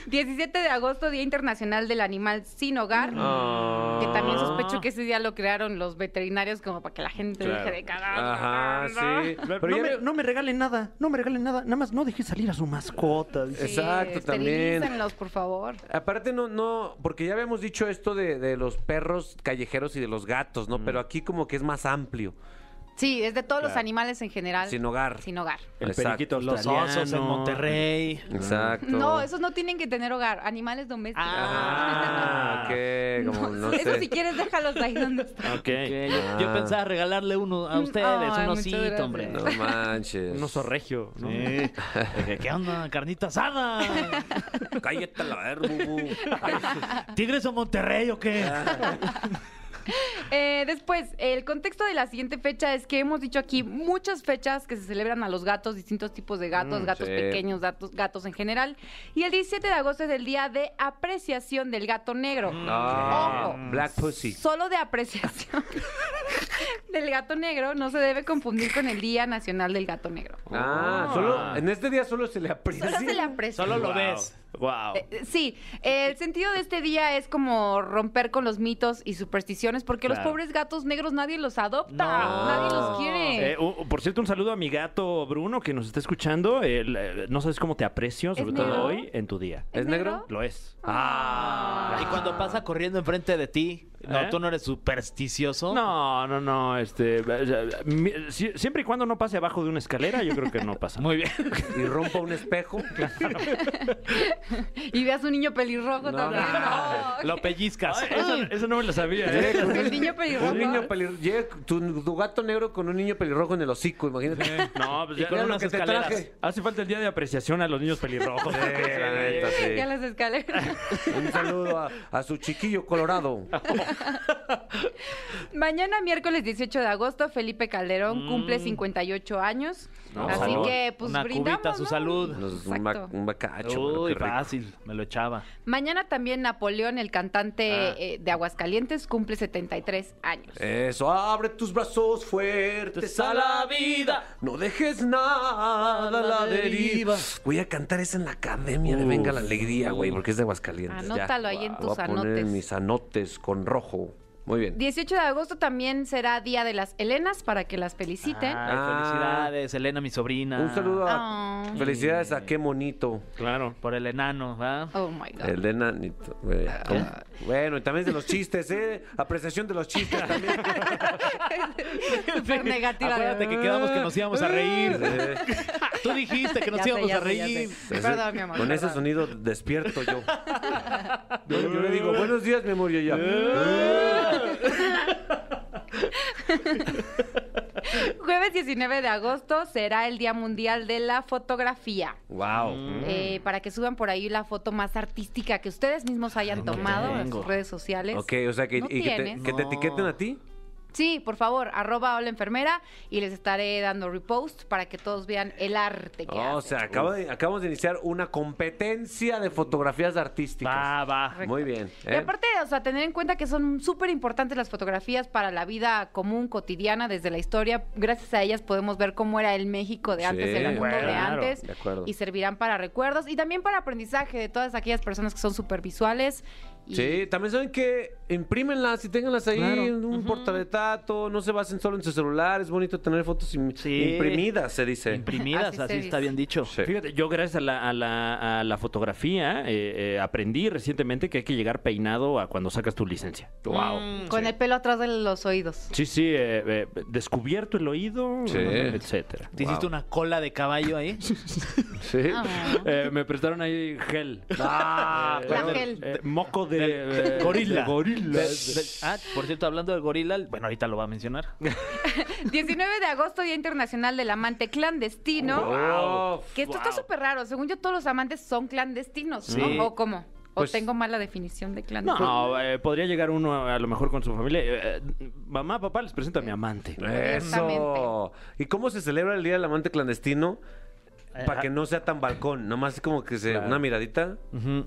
S9: 17 de agosto, Día Internacional del Animal Sin Hogar.
S2: Mm.
S9: Que
S2: Ah.
S9: también sospecho que ese día lo crearon los veterinarios como para que la gente deje de cagar.
S2: Ajá, sí. Pero
S4: no,
S2: ya
S4: me,
S2: ve-
S4: no me regalen nada, no me regalen nada. Nada más no deje salir a su mascota. dice.
S2: Exacto, también.
S9: Esterilícenlos, por favor.
S2: Aparte, no, no, porque ya habíamos
S4: Mm.
S2: dicho esto de, de los perros callejeros y de los gatos, ¿no? Pero aquí como que es más amplio.
S9: Sí, es de todos los
S2: Claro.
S9: animales en general.
S2: Sin hogar.
S9: Sin hogar.
S4: El
S2: Exacto.
S4: periquito
S3: Los
S4: australiano.
S3: osos en Monterrey.
S2: Exacto.
S9: No, esos no tienen que tener hogar. Animales domésticos.
S2: Ah, que como no,
S9: eso
S2: sé.
S9: si quieres déjalos ahí donde están.
S4: Ok.
S3: Que yo, yo
S2: Ah.
S3: pensaba regalarle uno a ustedes,
S9: Ay,
S3: un
S9: muchas gracias.
S3: osito, hombre.
S2: No manches.
S4: Un oso regio, ¿no?
S3: Sí. Dije, ¿Qué onda? Carnita asada.
S2: Cállate a la verga, bubu.
S3: ¿Tigres o Monterrey o qué?
S9: Eh, después, el contexto de la siguiente fecha es que hemos dicho aquí muchas fechas que se celebran a los gatos, distintos tipos de gatos,
S2: Mm,
S9: gatos
S2: sí.
S9: pequeños, gatos, gatos en general. Y el 17 de agosto es el día de apreciación del gato negro.
S2: Ah,
S9: Ojo.
S2: Black Pussy.
S9: Solo de apreciación del gato negro no se debe confundir con el Día Nacional del Gato Negro.
S2: Ah, solo, en este día solo se le aprecia.
S9: Solo se le aprecia.
S3: Solo lo
S4: Wow.
S3: ves.
S4: Wow.
S9: Eh, eh, Sí, eh, el sentido de este día es como romper con los mitos y supersticiones, porque los
S4: Claro.
S9: pobres gatos negros nadie los adopta,
S3: No.
S9: nadie los quiere.
S4: Eh, u- por cierto, un saludo a mi gato Bruno que nos está escuchando. El, eh, no sabes cómo te aprecio, sobre todo
S9: negro?
S4: hoy, en tu día.
S2: ¿Es negro?
S4: Lo es.
S3: Ah.
S4: Ah.
S3: Y cuando pasa corriendo enfrente de ti, no,
S4: ¿Eh?
S3: tú no eres supersticioso.
S4: No, no, no. Este, eh, mi- si- siempre y cuando no pase abajo de una escalera, yo creo que no pasa.
S3: Muy bien.
S2: Y rompa un espejo.
S9: Y veas un niño pelirrojo
S2: No.
S9: también. No.
S3: Lo pellizcas.
S4: Eso, eso no me lo sabía. ¿eh?
S2: Llega con
S9: El niño pelirrojo.
S2: Un niño pelirrojo. Llega tu, tu gato negro con un niño pelirrojo en el hocico, imagínate.
S4: No, pues
S3: Y
S4: ya-
S3: con
S2: Mira
S4: ya
S2: lo
S3: unas
S2: que te
S3: escaleras.
S2: traje.
S4: Hace falta el día de apreciación a los niños pelirrojos.
S2: Sí, la neta, sí.
S9: Y a las escaleras.
S2: Un saludo a, a su chiquillo colorado.
S9: Mañana, miércoles 18 de agosto, Felipe Calderón cumple 58 años.
S4: No,
S9: Así
S4: salud.
S9: que, pues
S3: Mm. Una
S9: brindamos.
S3: cubita a su
S9: ¿no?
S3: salud.
S2: Nos- un, ba-
S9: Exacto.
S2: un bacacho. mano, qué
S3: Uy,
S2: rico.
S3: fácil. Me lo echaba.
S9: Mañana también Napoleón, el cantante
S3: Ah.
S9: eh, de Aguascalientes, cumple 73 años.
S3: Eh.
S2: Eso, abre tus brazos fuertes a la vida. No dejes nada a la deriva. Voy a cantar esa en la academia de Venga la Alegría, güey, porque es de Aguascalientes. ya.
S9: Anótalo ahí en
S2: Voy
S9: tus
S2: a poner
S9: anotes.
S2: mis anotes con rojo. Muy bien.
S9: 18 de agosto también será Día de las Helenas para que las feliciten.
S3: Ay,
S2: Ah.
S3: Felicidades, Elena, mi sobrina.
S2: Un saludo a.
S9: Ah.
S2: Felicidades a qué monito.
S4: Claro.
S3: Por el enano, ¿va?
S9: Oh my God.
S2: El de nanito, güey.
S9: Ah,
S2: ¿Cómo? Bueno, y también de los chistes, ¿eh? Apreciación de los chistes también.
S9: Súper negativa.
S3: Acuérdate que quedamos que nos íbamos a reír. Tú dijiste que nos
S9: Ya sé,
S3: íbamos
S9: ya
S3: a
S9: sé, ya
S3: reír.
S9: sé. Perdón, mi amor.
S2: Con ese
S9: perdón.
S2: sonido despierto yo. yo le digo, buenos días, mi amor, y ella.
S9: Jueves 19 de agosto será el Día Mundial de la Fotografía.
S2: wow.
S3: Mm.
S9: Eh, para que suban por ahí la foto más artística que ustedes
S3: Ah,
S9: mismos hayan tomado en sus redes sociales.
S2: Ok, o sea, que,
S9: No
S2: y que, te,
S9: tienes.
S2: que te
S3: No.
S2: etiqueten a ti.
S9: Sí, por favor, arroba hola enfermera y les estaré dando repost para que todos vean el arte
S3: Oh,
S9: que
S2: Oh, o
S9: hacen.
S2: sea, acabo de- acabamos de iniciar una competencia de fotografías artísticas.
S3: Va, va.
S2: Muy bien.
S9: Y
S2: ¿eh?
S9: aparte, o sea, tener en cuenta que son súper importantes las fotografías para la vida común, cotidiana, desde la historia. Gracias a ellas podemos ver cómo era el México de antes,
S2: Sí,
S9: el mundo de
S4: claro,
S9: antes.
S2: de acuerdo.
S9: Y servirán para recuerdos y también para aprendizaje de todas aquellas personas que son súper visuales. y-
S2: Sí, también saben que imprímenlas y ténganlas ahí
S3: Claro.
S2: en un portarretrato, no se basen solo en su celular, es bonito tener fotos im-
S3: Sí.
S2: imprimidas, se dice.
S3: Imprimidas,
S9: Así se
S3: así
S9: dice.
S3: está bien dicho.
S2: Sí.
S4: Fíjate, yo gracias a la, a la, a la fotografía eh, eh, aprendí recientemente que hay que llegar peinado a cuando sacas tu licencia.
S3: Mm.
S2: Wow.
S9: Con el pelo atrás de los oídos.
S4: Sí, sí, eh, eh, descubierto el oído,
S2: Sí.
S4: etcétera.
S3: ¿Te hiciste una cola de caballo ahí?
S4: Sí.
S9: Ah.
S4: Eh, me prestaron ahí gel.
S2: Ah,
S4: Eh,
S9: La
S4: eh,
S9: gel.
S4: eh, moco de, eh,
S3: gorila.
S4: de gorila.
S3: De- de- ah, por cierto, hablando del gorila, bueno, ahorita lo va a mencionar.
S9: 19 de agosto, Día Internacional del Amante Clandestino.
S2: Wow.
S9: Que esto está súper raro. Según yo, todos los amantes son clandestinos,
S3: Sí.
S9: ¿no? ¿O cómo? ¿O
S2: Pues-
S9: tengo mala definición de clandestino?
S4: No, eh, podría llegar uno a, a lo mejor con su familia. eh, eh, mamá, papá, les presento a mi amante.
S2: Eso. ¿Y cómo se celebra el Día del Amante Clandestino?
S3: Eh, ah.
S2: Para que no sea tan balcón, nomás como que se... Una miradita.
S3: Ujú,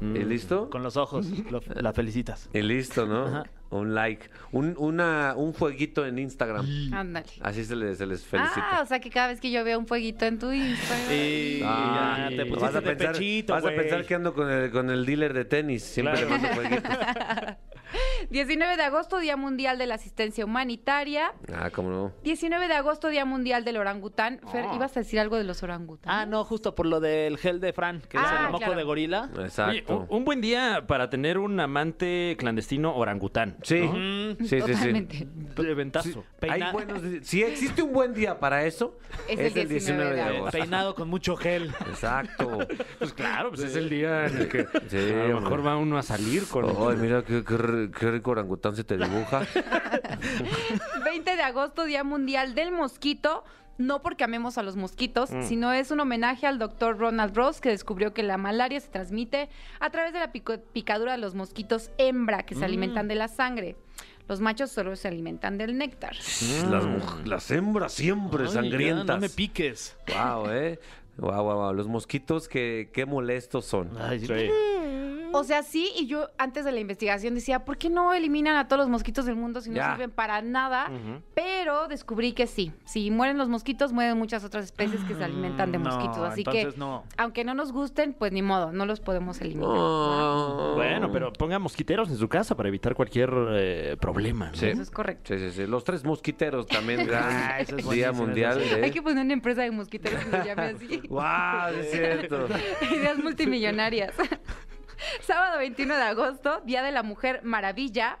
S2: Mm. ¿Y listo?
S3: Con los ojos, lo- la felicitas.
S2: Y listo, ¿no? Un like. Un, una, un fueguito en Instagram.
S9: Ándale.
S2: Así se les, se les
S9: Ah,
S2: felicita.
S9: o sea que cada vez que yo veo un fueguito en tu Instagram.
S3: Y
S2: Ah,
S3: ya te
S2: pues
S3: pusiste
S2: vas a
S3: de
S2: pensar,
S3: pechito,
S2: vas a
S3: güey.
S2: pensar que ando con el, con el dealer de tenis. Siempre le mando fueguitos.
S9: 19 de agosto, Día Mundial de la Asistencia Humanitaria.
S2: Ah, cómo no.
S9: 19 de agosto, Día Mundial del Orangután. Fer,
S2: Oh.
S9: ibas a decir algo de los orangutanes.
S3: Ah, no, justo por lo del gel de Fran, que es
S9: Ah,
S3: el moco
S9: claro.
S3: de gorila.
S4: Oye,
S2: Exacto.
S4: un, un buen día para tener un amante clandestino orangután.
S2: Sí.
S4: ¿no?
S2: sí, sí, sí.
S9: Totalmente.
S4: De ventazo.
S3: Peina-
S2: Hay buenos di- si existe un buen día para eso,
S9: Es
S2: es,
S9: el
S2: el 19 de
S3: Eh,
S2: agosto.
S3: Peinado con mucho gel.
S2: Exacto.
S4: Pues claro, pues es el día en el que
S2: Sí,
S4: a lo mejor
S2: hombre.
S4: va uno a salir con.
S2: Ay, mira qué, qué r- qué rico orangután se te dibuja.
S9: 20 de agosto, Día Mundial del Mosquito. No porque amemos a los mosquitos,
S2: Mm.
S9: sino es un homenaje al doctor Ronald Ross, que descubrió que la malaria se transmite a través de la pico- picadura de los mosquitos hembra,
S2: Mm.
S9: que se alimentan de la sangre. Los machos solo se alimentan del néctar.
S2: las, muj- las hembras siempre
S3: Mm. Ay, ya,
S2: sangrientas.
S3: no me piques.
S2: Wow, eh. Wow, wow, wow. Los mosquitos que qué molestos son.
S3: Ay,
S9: O sea, sí, y yo antes de la investigación decía, ¿por qué no eliminan a todos los mosquitos del mundo si no
S2: Ya.
S9: sirven para nada? Pero descubrí que sí. Si mueren los mosquitos, mueren muchas otras especies que se alimentan de
S3: No,
S9: mosquitos. Así que,
S3: entonces no.
S9: aunque no nos gusten, pues ni modo, no los podemos eliminar.
S4: Oh, Bueno, pero ponga mosquiteros en su casa para evitar cualquier eh, problema. ¿no?
S2: Sí.
S9: Eso es correcto.
S2: Sí, sí, sí. Los tres mosquiteros también, gran
S3: Ah, eso es
S2: Día
S3: buenísimo,
S2: Mundial
S3: eso
S9: Hay que
S2: de...
S9: poner una empresa de mosquiteros que se llame así.
S2: Wow, es cierto.
S9: Ideas multimillonarias. Sábado 21 de agosto, Día de la Mujer Maravilla.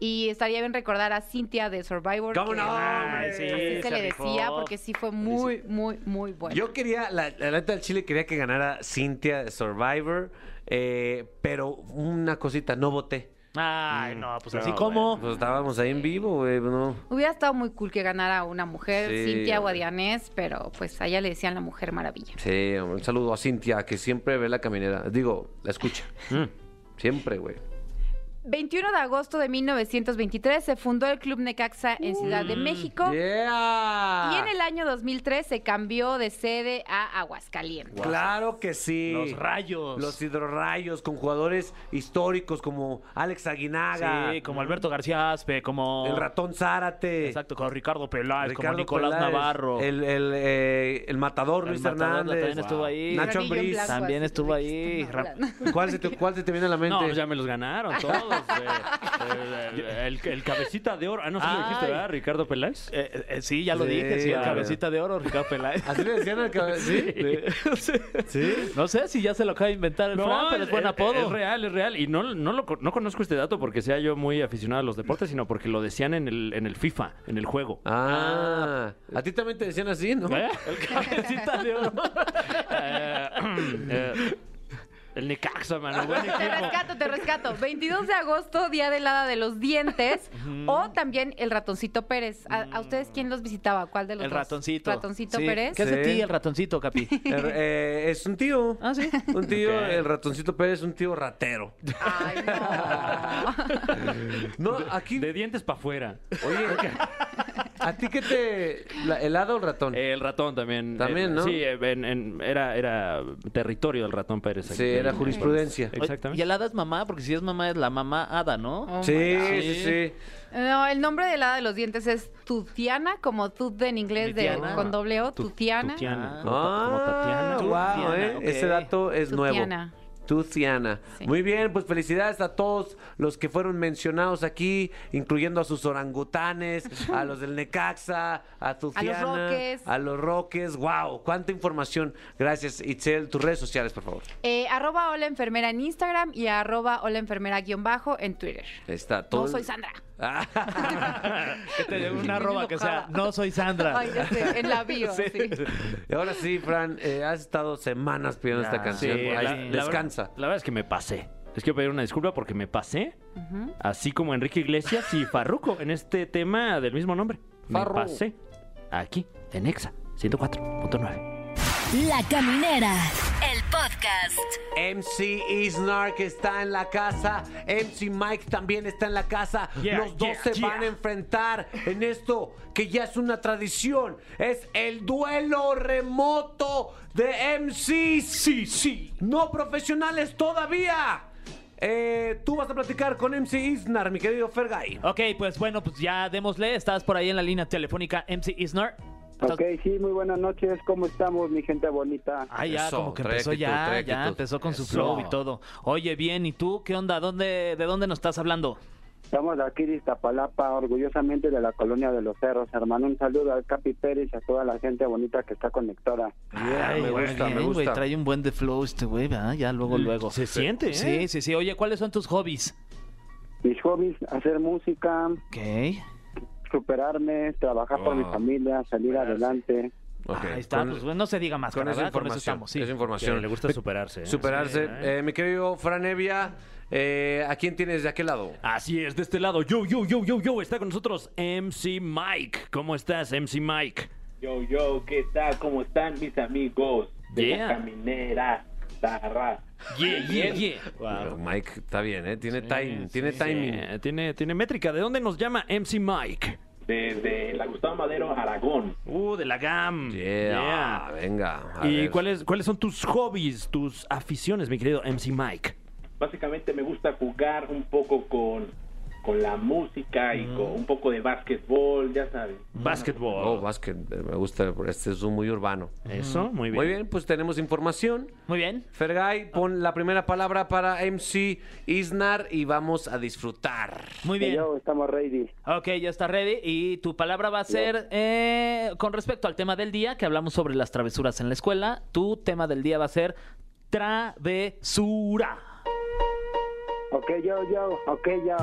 S9: Y estaría bien recordar a Cintia de Survivor.
S2: ¿Cómo
S9: que-
S2: no,
S3: Ay,
S2: hombre?
S3: sí,
S9: Así se le
S3: rifó.
S9: decía porque sí fue muy, muy, muy bueno.
S2: Yo quería, la, la neta del Chile quería que ganara Cintia de Survivor, eh, pero una cosita, no voté. Mm,
S3: Ay, no, pues así
S4: No,
S3: como.
S2: Pues estábamos ahí en vivo, güey, no.
S9: Hubiera estado muy cool que ganara una mujer,
S2: Sí,
S9: Cintia
S2: hombre.
S9: Guadianés, pero pues a ella le decían la mujer maravilla.
S2: Sí, hombre, un saludo a Cintia, que siempre ve la caminera. Digo, la escucha. Siempre, güey.
S9: 21 de agosto de 1923 se fundó el Club Necaxa en Ciudad
S3: Mm,
S9: de México.
S2: ¡Yeah!
S9: Y en el año 2003 se cambió de sede a Aguascalientes.
S2: Claro que sí.
S3: Los rayos.
S2: Los hidrorrayos con jugadores históricos como Alex Aguinaga.
S3: Sí, como Alberto García Aspe, como.
S2: El ratón Zárate.
S3: Exacto, con Ricardo Peláez, como
S2: Ricardo
S3: Nicolás
S2: Peláez,
S3: Navarro.
S2: El, el, eh, el matador
S3: El
S2: Luis
S3: matador
S2: Hernández.
S3: también estuvo ahí.
S9: Rarillo
S2: Nacho
S9: en
S2: Ambriz.
S9: blanco,
S3: También
S9: así,
S3: estuvo
S9: de que
S3: ahí,
S9: están
S3: rap-
S9: hablando.
S2: ¿Cuál se, te, ¿Cuál se te viene a la mente?
S4: No,
S3: pues,
S4: pues ya me los ganaron todos. eh. El, el- el cabecita de oro. Ah, no sé si lo dijiste,
S3: Ay.
S4: ¿verdad? Ricardo Peláez.
S3: Eh, eh, sí, ya lo
S2: Sí,
S3: dije, sí, el
S2: a ver.
S3: cabecita de oro, Ricardo Peláez.
S2: Así le decían al cabello. ¿Sí? ¿Sí?
S3: No sé si ya se lo acaba de inventar el Fran, pero es buen apodo.
S4: Es real, es real. Y no, no, lo, con- no conozco este dato porque sea yo muy aficionado a los deportes, sino porque lo decían en el, en el FIFA, en el juego.
S2: Ah, a ti también te decían así, ¿no?
S4: ¿Eh? El cabecita de oro. Eh, eh, el Necaxa, mano. buen
S9: Te
S4: equipo.
S9: rescato, te rescato. 22 de agosto, día del hada de los dientes. o también el ratoncito Pérez. ¿A, a ustedes quién los visitaba? ¿Cuál de los
S3: Mm. El
S9: dos?
S3: ratoncito.
S9: ¿Ratoncito
S3: Sí.
S9: Pérez?
S3: ¿Qué es de
S2: Sí.
S3: ti el ratoncito, Capi?
S2: Er- eh, es un tío.
S3: Ah, sí.
S2: Un tío,
S4: Ok.
S2: el ratoncito Pérez, un tío ratero.
S9: Ay, no.
S2: No, aquí.
S4: De dientes para afuera.
S2: Oye, ¿a ti qué te. la- ¿Helado o el ratón?
S3: Eh,
S4: El ratón también.
S2: También,
S4: Eh,
S2: ¿no?
S4: Sí, eh, en- en- era, era territorio del ratón Pérez.
S2: sí, era jurisprudencia.
S4: Exactamente.
S3: Y el hada es mamá, porque si es mamá es la mamá hada, ¿no?
S9: Oh
S2: Sí,
S9: my God.
S2: sí, sí.
S9: No, el nombre del hada de los dientes es Tutiana, como Tut en inglés de,
S3: Tutiana.
S9: con doble O,
S4: Tu-
S9: Tutiana.
S4: Tutiana. Como ta- como
S2: Ah,
S4: Tatiana.
S2: wow,
S3: Tutiana,
S2: ¿eh?
S3: ok.
S2: Ese dato es
S9: Tutiana.
S2: nuevo. Tuciana.
S9: Sí.
S2: Muy bien, pues felicidades a todos los que fueron mencionados aquí, incluyendo a sus orangutanes, a los del Necaxa, a Tuciana,
S9: Roques.
S2: a los Roques. Wow, cuánta información. Gracias, Itzel. Tus redes sociales, por favor.
S9: Eh, arroba hola enfermera en Instagram y arroba hola enfermera guión bajo en Twitter.
S2: Ahí Está todo.
S9: No
S2: el- Ah,
S9: soy Sandra.
S3: Que te llegue una arroba que sea,
S9: enojada.
S3: no soy Sandra.
S9: Ay, ya sé, en la bio. sí.
S2: Y ahora sí, Fran, eh, has estado semanas pidiendo esta
S4: Sí,
S2: canción. Ahí-
S4: la- la
S2: descansa.
S4: verdad- La, verdad es que me pasé. Les quiero pedir una disculpa porque me pasé, así como Enrique Iglesias y Farruco en este tema del mismo nombre.
S2: Farru.
S4: Me pasé aquí en Exa 104.9.
S11: La Caminera, el podcast.
S2: MC Isnar que está en la casa, MC Mike también está en la casa.
S4: Yeah,
S2: Los dos
S4: yeah,
S2: se
S4: yeah.
S2: van a enfrentar en esto que ya es una tradición. Es el duelo remoto de MC. Sí, sí. No profesionales todavía. Eh, tú vas a platicar con MC Isnar, mi querido Fergay.
S3: Ok, pues bueno, pues ya démosle. Estás por ahí en la línea telefónica MC Isnar. Estás-
S12: Ok, sí, muy buenas noches. ¿Cómo estamos, mi gente bonita?
S3: Ah, ya,
S2: Eso,
S3: como que
S2: trae
S3: empezó
S2: actitud,
S3: ya,
S2: trae
S3: ya
S2: actitud.
S3: empezó con su
S4: Eso.
S3: flow y todo. Oye, bien, ¿y tú qué onda? ¿Dónde, ¿De dónde nos estás hablando?
S12: Estamos aquí de Iztapalapa, orgullosamente de la colonia de los cerros, hermano. Un saludo al Capi Pérez y a toda la gente bonita que está conectora.
S3: Ay,
S8: me
S3: güey,
S8: gusta, me
S3: bien, güey,
S8: gusta.
S3: trae un buen de flow este güey, ¿verdad? Ya luego, luego.
S4: Se siente, ¿eh?
S3: Sí, sí, sí. Oye, ¿cuáles son tus hobbies?
S12: Mis hobbies, hacer música,
S3: Ok.
S12: superarme, trabajar por mi
S2: Wow.
S12: familia, salir adelante.
S3: Ahí está, pues bueno, no se diga más,
S2: con
S3: cara,
S2: esa
S3: ¿verdad?
S2: información.
S3: estamos, sí.
S2: Esa información.
S4: Que le gusta
S2: Me-
S4: superarse, ¿eh?
S2: Superarse.
S4: Sí, ¿eh?
S2: Eh, mi querido Fran Evia, eh, ¿a quién tienes de aquel lado?
S4: Así es, de este lado, yo, yo, yo, yo, yo, está con nosotros MC Mike. ¿Cómo estás, MC Mike?
S13: Yo, yo, ¿qué tal? ¿Cómo están mis amigos? De
S4: Yeah.
S13: la caminera, tarra.
S4: Yeah, yeah, yeah.
S2: Pero Mike está bien, ¿eh? Tiene, time, tiene
S4: Sí,
S2: timing.
S4: sí, tiene, tiene métrica. ¿De dónde nos llama MC Mike?
S13: Desde la Gustavo Madero, Aragón.
S4: Uh, de la GAM.
S2: Yeah, Ah, Venga. a
S4: ¿Y
S2: ver.
S4: cuáles cuáles son tus hobbies, tus aficiones, mi querido MC Mike?
S13: Básicamente me gusta jugar un poco con, con la música y con un poco de básquetbol, ya saben.
S4: Básquetbol.
S2: Oh, básquet. eh, Me gusta. Este es un muy urbano.
S4: Eso, muy bien. Ah.
S2: Muy bien, pues tenemos información.
S3: Muy bien.
S2: Fergay, pon la primera palabra para MC Isnar y vamos a disfrutar.
S3: Muy bien.
S12: Yo, estamos ready.
S3: Ok, ya está ready. Y tu palabra va a ser eh, con respecto al tema del día, que hablamos sobre las travesuras en la escuela. Tu tema del día va a ser travesura.
S12: Ok, yo, yo, ok, yo.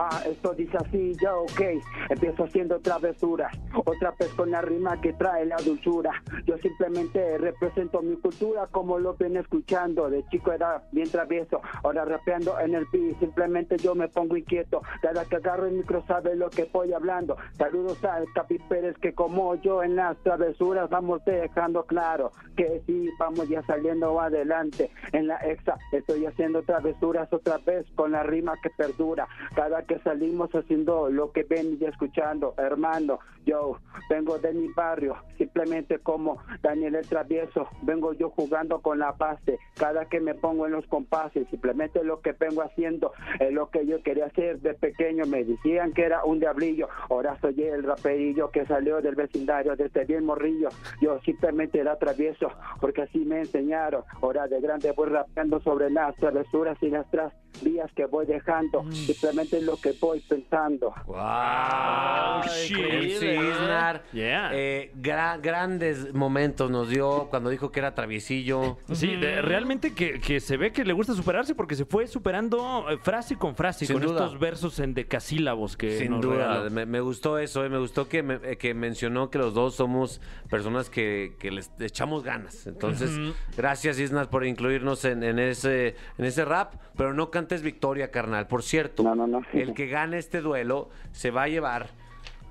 S12: Ah, esto dice así, yo, ok. Empiezo haciendo travesuras, otra vez con la rima que trae la dulzura. Yo simplemente represento mi cultura como lo ven escuchando. De chico era bien travieso, ahora rapeando en el beat. Simplemente yo me pongo inquieto. Cada que agarro el micro sabe lo que voy hablando. Saludos al Capi Pérez que como yo en las travesuras vamos dejando claro que sí, vamos ya saliendo adelante. En la exa estoy haciendo travesuras otra vez con la rima que perdura. Cada que salimos haciendo lo que ven y escuchando, hermano, yo vengo de mi barrio, simplemente como Daniel el Travieso, vengo yo jugando con la base. Cada que me pongo en los compases, simplemente lo que vengo haciendo es lo que yo quería hacer de pequeño. Me decían que era un diablillo, ahora soy el raperillo que salió del vecindario desde este bien morrillo. Yo simplemente era travieso, porque así me enseñaron. Ahora de grande voy rapeando sobre las travesuras y las tras vías que voy dejando, simplemente lo que voy pensando.
S2: ¡Wow!
S4: shit.
S2: MC Isnar.
S4: Ah, ¿eh? Yeah.
S2: eh, gra- grandes momentos nos dio cuando dijo que era traviesillo.
S4: Sí, de- realmente que, que se ve que le gusta superarse porque se fue superando eh, frase con frase
S2: Sin
S4: con
S2: duda.
S4: estos versos en decasílabos que
S2: Sin
S4: nos
S2: duda,
S4: regaló.
S2: me, me gustó eso, eh, me gustó que, me- eh, que mencionó que los dos somos personas que, que les echamos ganas. Entonces, gracias Isnas por incluirnos en, en ese, en ese rap, pero no cantes victoria, carnal. Por cierto,
S12: No, no, no.
S2: el que gane este duelo se va a llevar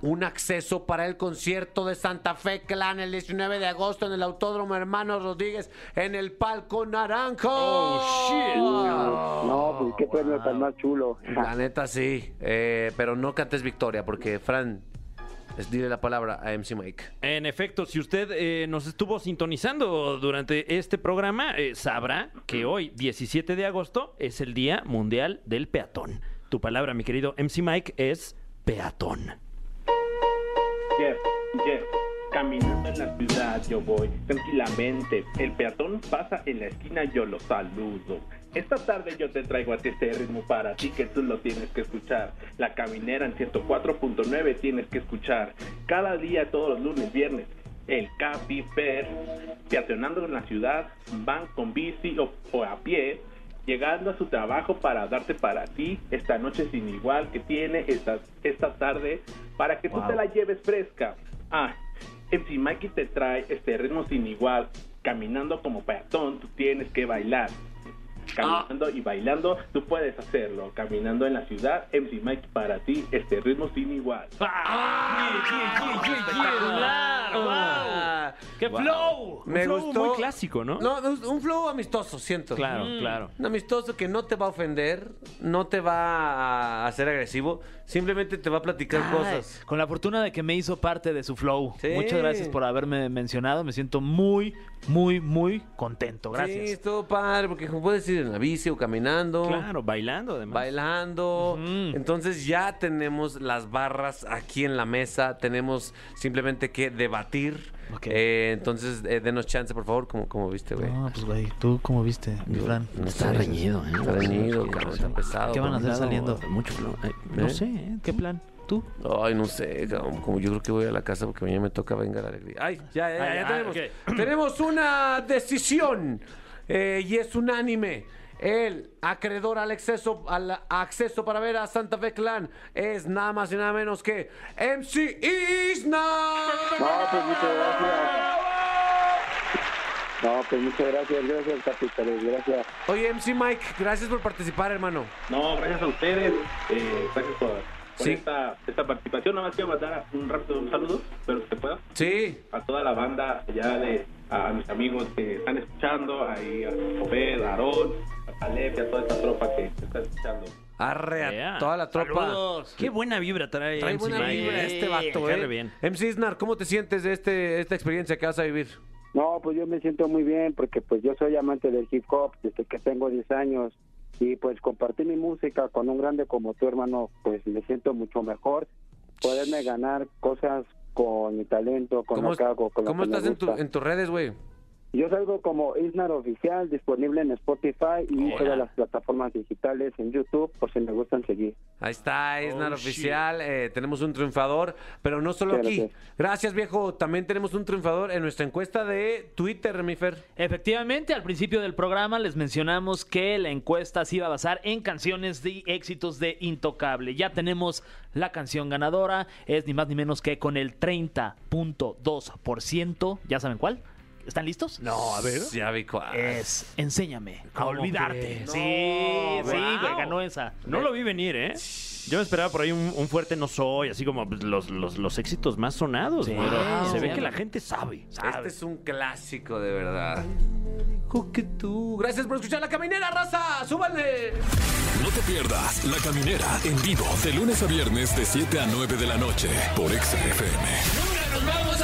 S2: un acceso para el concierto de Santa Fe Clan el 19 de agosto en el Autódromo Hermanos Rodríguez en el Palco Naranjo.
S4: Oh,
S13: Ah,
S12: No, pues qué premio tan más chulo.
S2: La neta sí, eh, pero no cantes victoria porque Fran, es- dile la palabra a MC Mike.
S4: En efecto, si usted eh, nos estuvo sintonizando durante este programa, eh, sabrá que hoy, 17 de agosto, es el Día Mundial del Peatón. Tu palabra, mi querido MC Mike, es peatón.
S13: Jeff, Jeff, caminando en la ciudad yo voy tranquilamente. El peatón pasa en la esquina, yo lo saludo. Esta tarde yo te traigo a ti este ritmo para ti que tú lo tienes que escuchar. La caminera en 104.9 tienes que escuchar. Cada día, todos los lunes, viernes, el Capi Per, peatonando en la ciudad, van con bici o, o a pie, llegando a su trabajo para darte para ti esta noche sin igual que tiene esta, esta tarde, para que tú te la lleves fresca. Ah, MC Mikey te trae este ritmo sin igual, caminando como peatón, tú tienes que bailar. Caminando y bailando, tú puedes hacerlo. Caminando en la ciudad, MC Mikey para ti, este ritmo sin igual.
S4: ¡Espectacular!
S2: Ah,
S4: ¡Wow! ¡Qué flow!
S2: Me
S4: Un flow
S2: gustó.
S4: muy clásico, ¿no?
S2: No, un- un flow amistoso, siento.
S4: Claro, claro.
S2: Un amistoso que no te va a ofender, no te va a hacer agresivo, simplemente te va a platicar
S4: Ah,
S2: cosas.
S3: Ay, Con la fortuna de que me hizo parte de su flow.
S2: Sí.
S3: Muchas gracias por haberme mencionado. Me siento muy, muy, muy contento. Gracias.
S2: Sí, estuvo padre, porque puedes ir en la bici o caminando.
S4: Claro, bailando además.
S2: bailando.
S3: Ujú.
S2: Entonces ya tenemos las barras aquí en la mesa, tenemos simplemente que debatir.
S3: Ok.
S2: Eh, Eh, entonces, eh, denos chance, por favor, como, como viste, güey.
S14: No, pues güey, ¿tú cómo viste, mi Fran?
S2: Está reñido, ¿eh? Está reñido, cabrón, está pesado.
S14: ¿Qué van a hacer
S2: complicado.
S14: saliendo?
S2: Mucho calor. Ay,
S14: No
S2: ¿eh?
S14: sé, ¿eh? ¿qué plan? ¿Tú?
S2: Ay, no sé, cabrón, como yo creo que voy a la casa porque mañana me toca venga la alegría. Ay, ya, ya, ya,
S4: Ay,
S2: ya
S4: ah,
S2: tenemos. Tenemos una decisión eh, y es unánime. El acreedor al acceso, al acceso para ver a Santa Fe Clan es nada más y nada menos que MC Isna.
S12: No, pues muchas gracias. No, pues muchas gracias, gracias capitales, gracias.
S2: Oye, MC Mike, gracias por participar, hermano.
S13: No, gracias a ustedes. eh, gracias por, por
S2: Sí.
S13: esta, esta participación. Nada más quiero mandar un rápido un saludo, espero que se pueda.
S2: Sí.
S13: A toda la banda allá de a mis amigos que están escuchando, ahí a Obed, a Aarón, a Caleb y a toda esta tropa que está escuchando.
S2: Arre a
S4: Ea.
S2: toda la tropa.
S4: Saludos. Qué buena vibra trae,
S2: Trae
S4: MC
S2: buena
S4: Mike.
S2: vibra este vato,
S4: Me
S2: eh.
S4: cae bien.
S2: MC Isnar, ¿cómo te sientes de este, esta experiencia que vas a vivir?
S12: No, pues yo me siento muy bien porque pues yo soy amante del hip hop desde que tengo 10 años y pues compartir mi música con un grande como tu hermano, pues me siento mucho mejor poderme ganar cosas con mi talento, con
S2: ¿Cómo
S12: lo que
S2: es-
S12: hago, con lo
S2: ¿Cómo
S12: que me
S2: estás en, tu-
S12: gusta.
S2: en tus redes, güey?
S12: Yo salgo como Isnar Oficial, disponible en Spotify y
S2: Hola.
S12: todas las plataformas digitales, en YouTube, por si me gustan seguir.
S2: Ahí está, Isnar
S12: Oh,
S2: Oficial. eh, tenemos un triunfador, pero no solo
S12: Claro
S2: aquí.
S12: que-
S2: Gracias, viejo. También tenemos un triunfador en nuestra encuesta de Twitter, mi Fer.
S3: Efectivamente, al principio del programa les mencionamos que la encuesta se iba a basar en canciones de éxitos de Intocable. Ya tenemos la canción ganadora, es ni más ni menos que con el 30.2%. ¿Ya saben cuál? ¿Están listos? No, a ver.
S2: Ya vi cuál.
S3: Es Enséñame a
S4: ¿Cómo
S3: olvidarte.
S4: crees?
S3: sí,
S4: No,
S3: sí,
S4: wow.
S3: güey, ganó esa.
S4: No lo vi venir, ¿eh? Yo me esperaba por ahí un, un fuerte no soy, así como pues, los, los- los éxitos más sonados.
S2: Sí.
S4: pero
S2: Wow.
S4: se ve
S2: Sí.
S4: que la gente sabe.
S2: Este es un clásico, de verdad. Que tú. Gracias por escuchar la caminera, raza. ¡Súbanle!
S1: No te pierdas La Caminera en vivo de lunes a viernes de 7 a 9 de la noche por Exa FM.
S2: nos vamos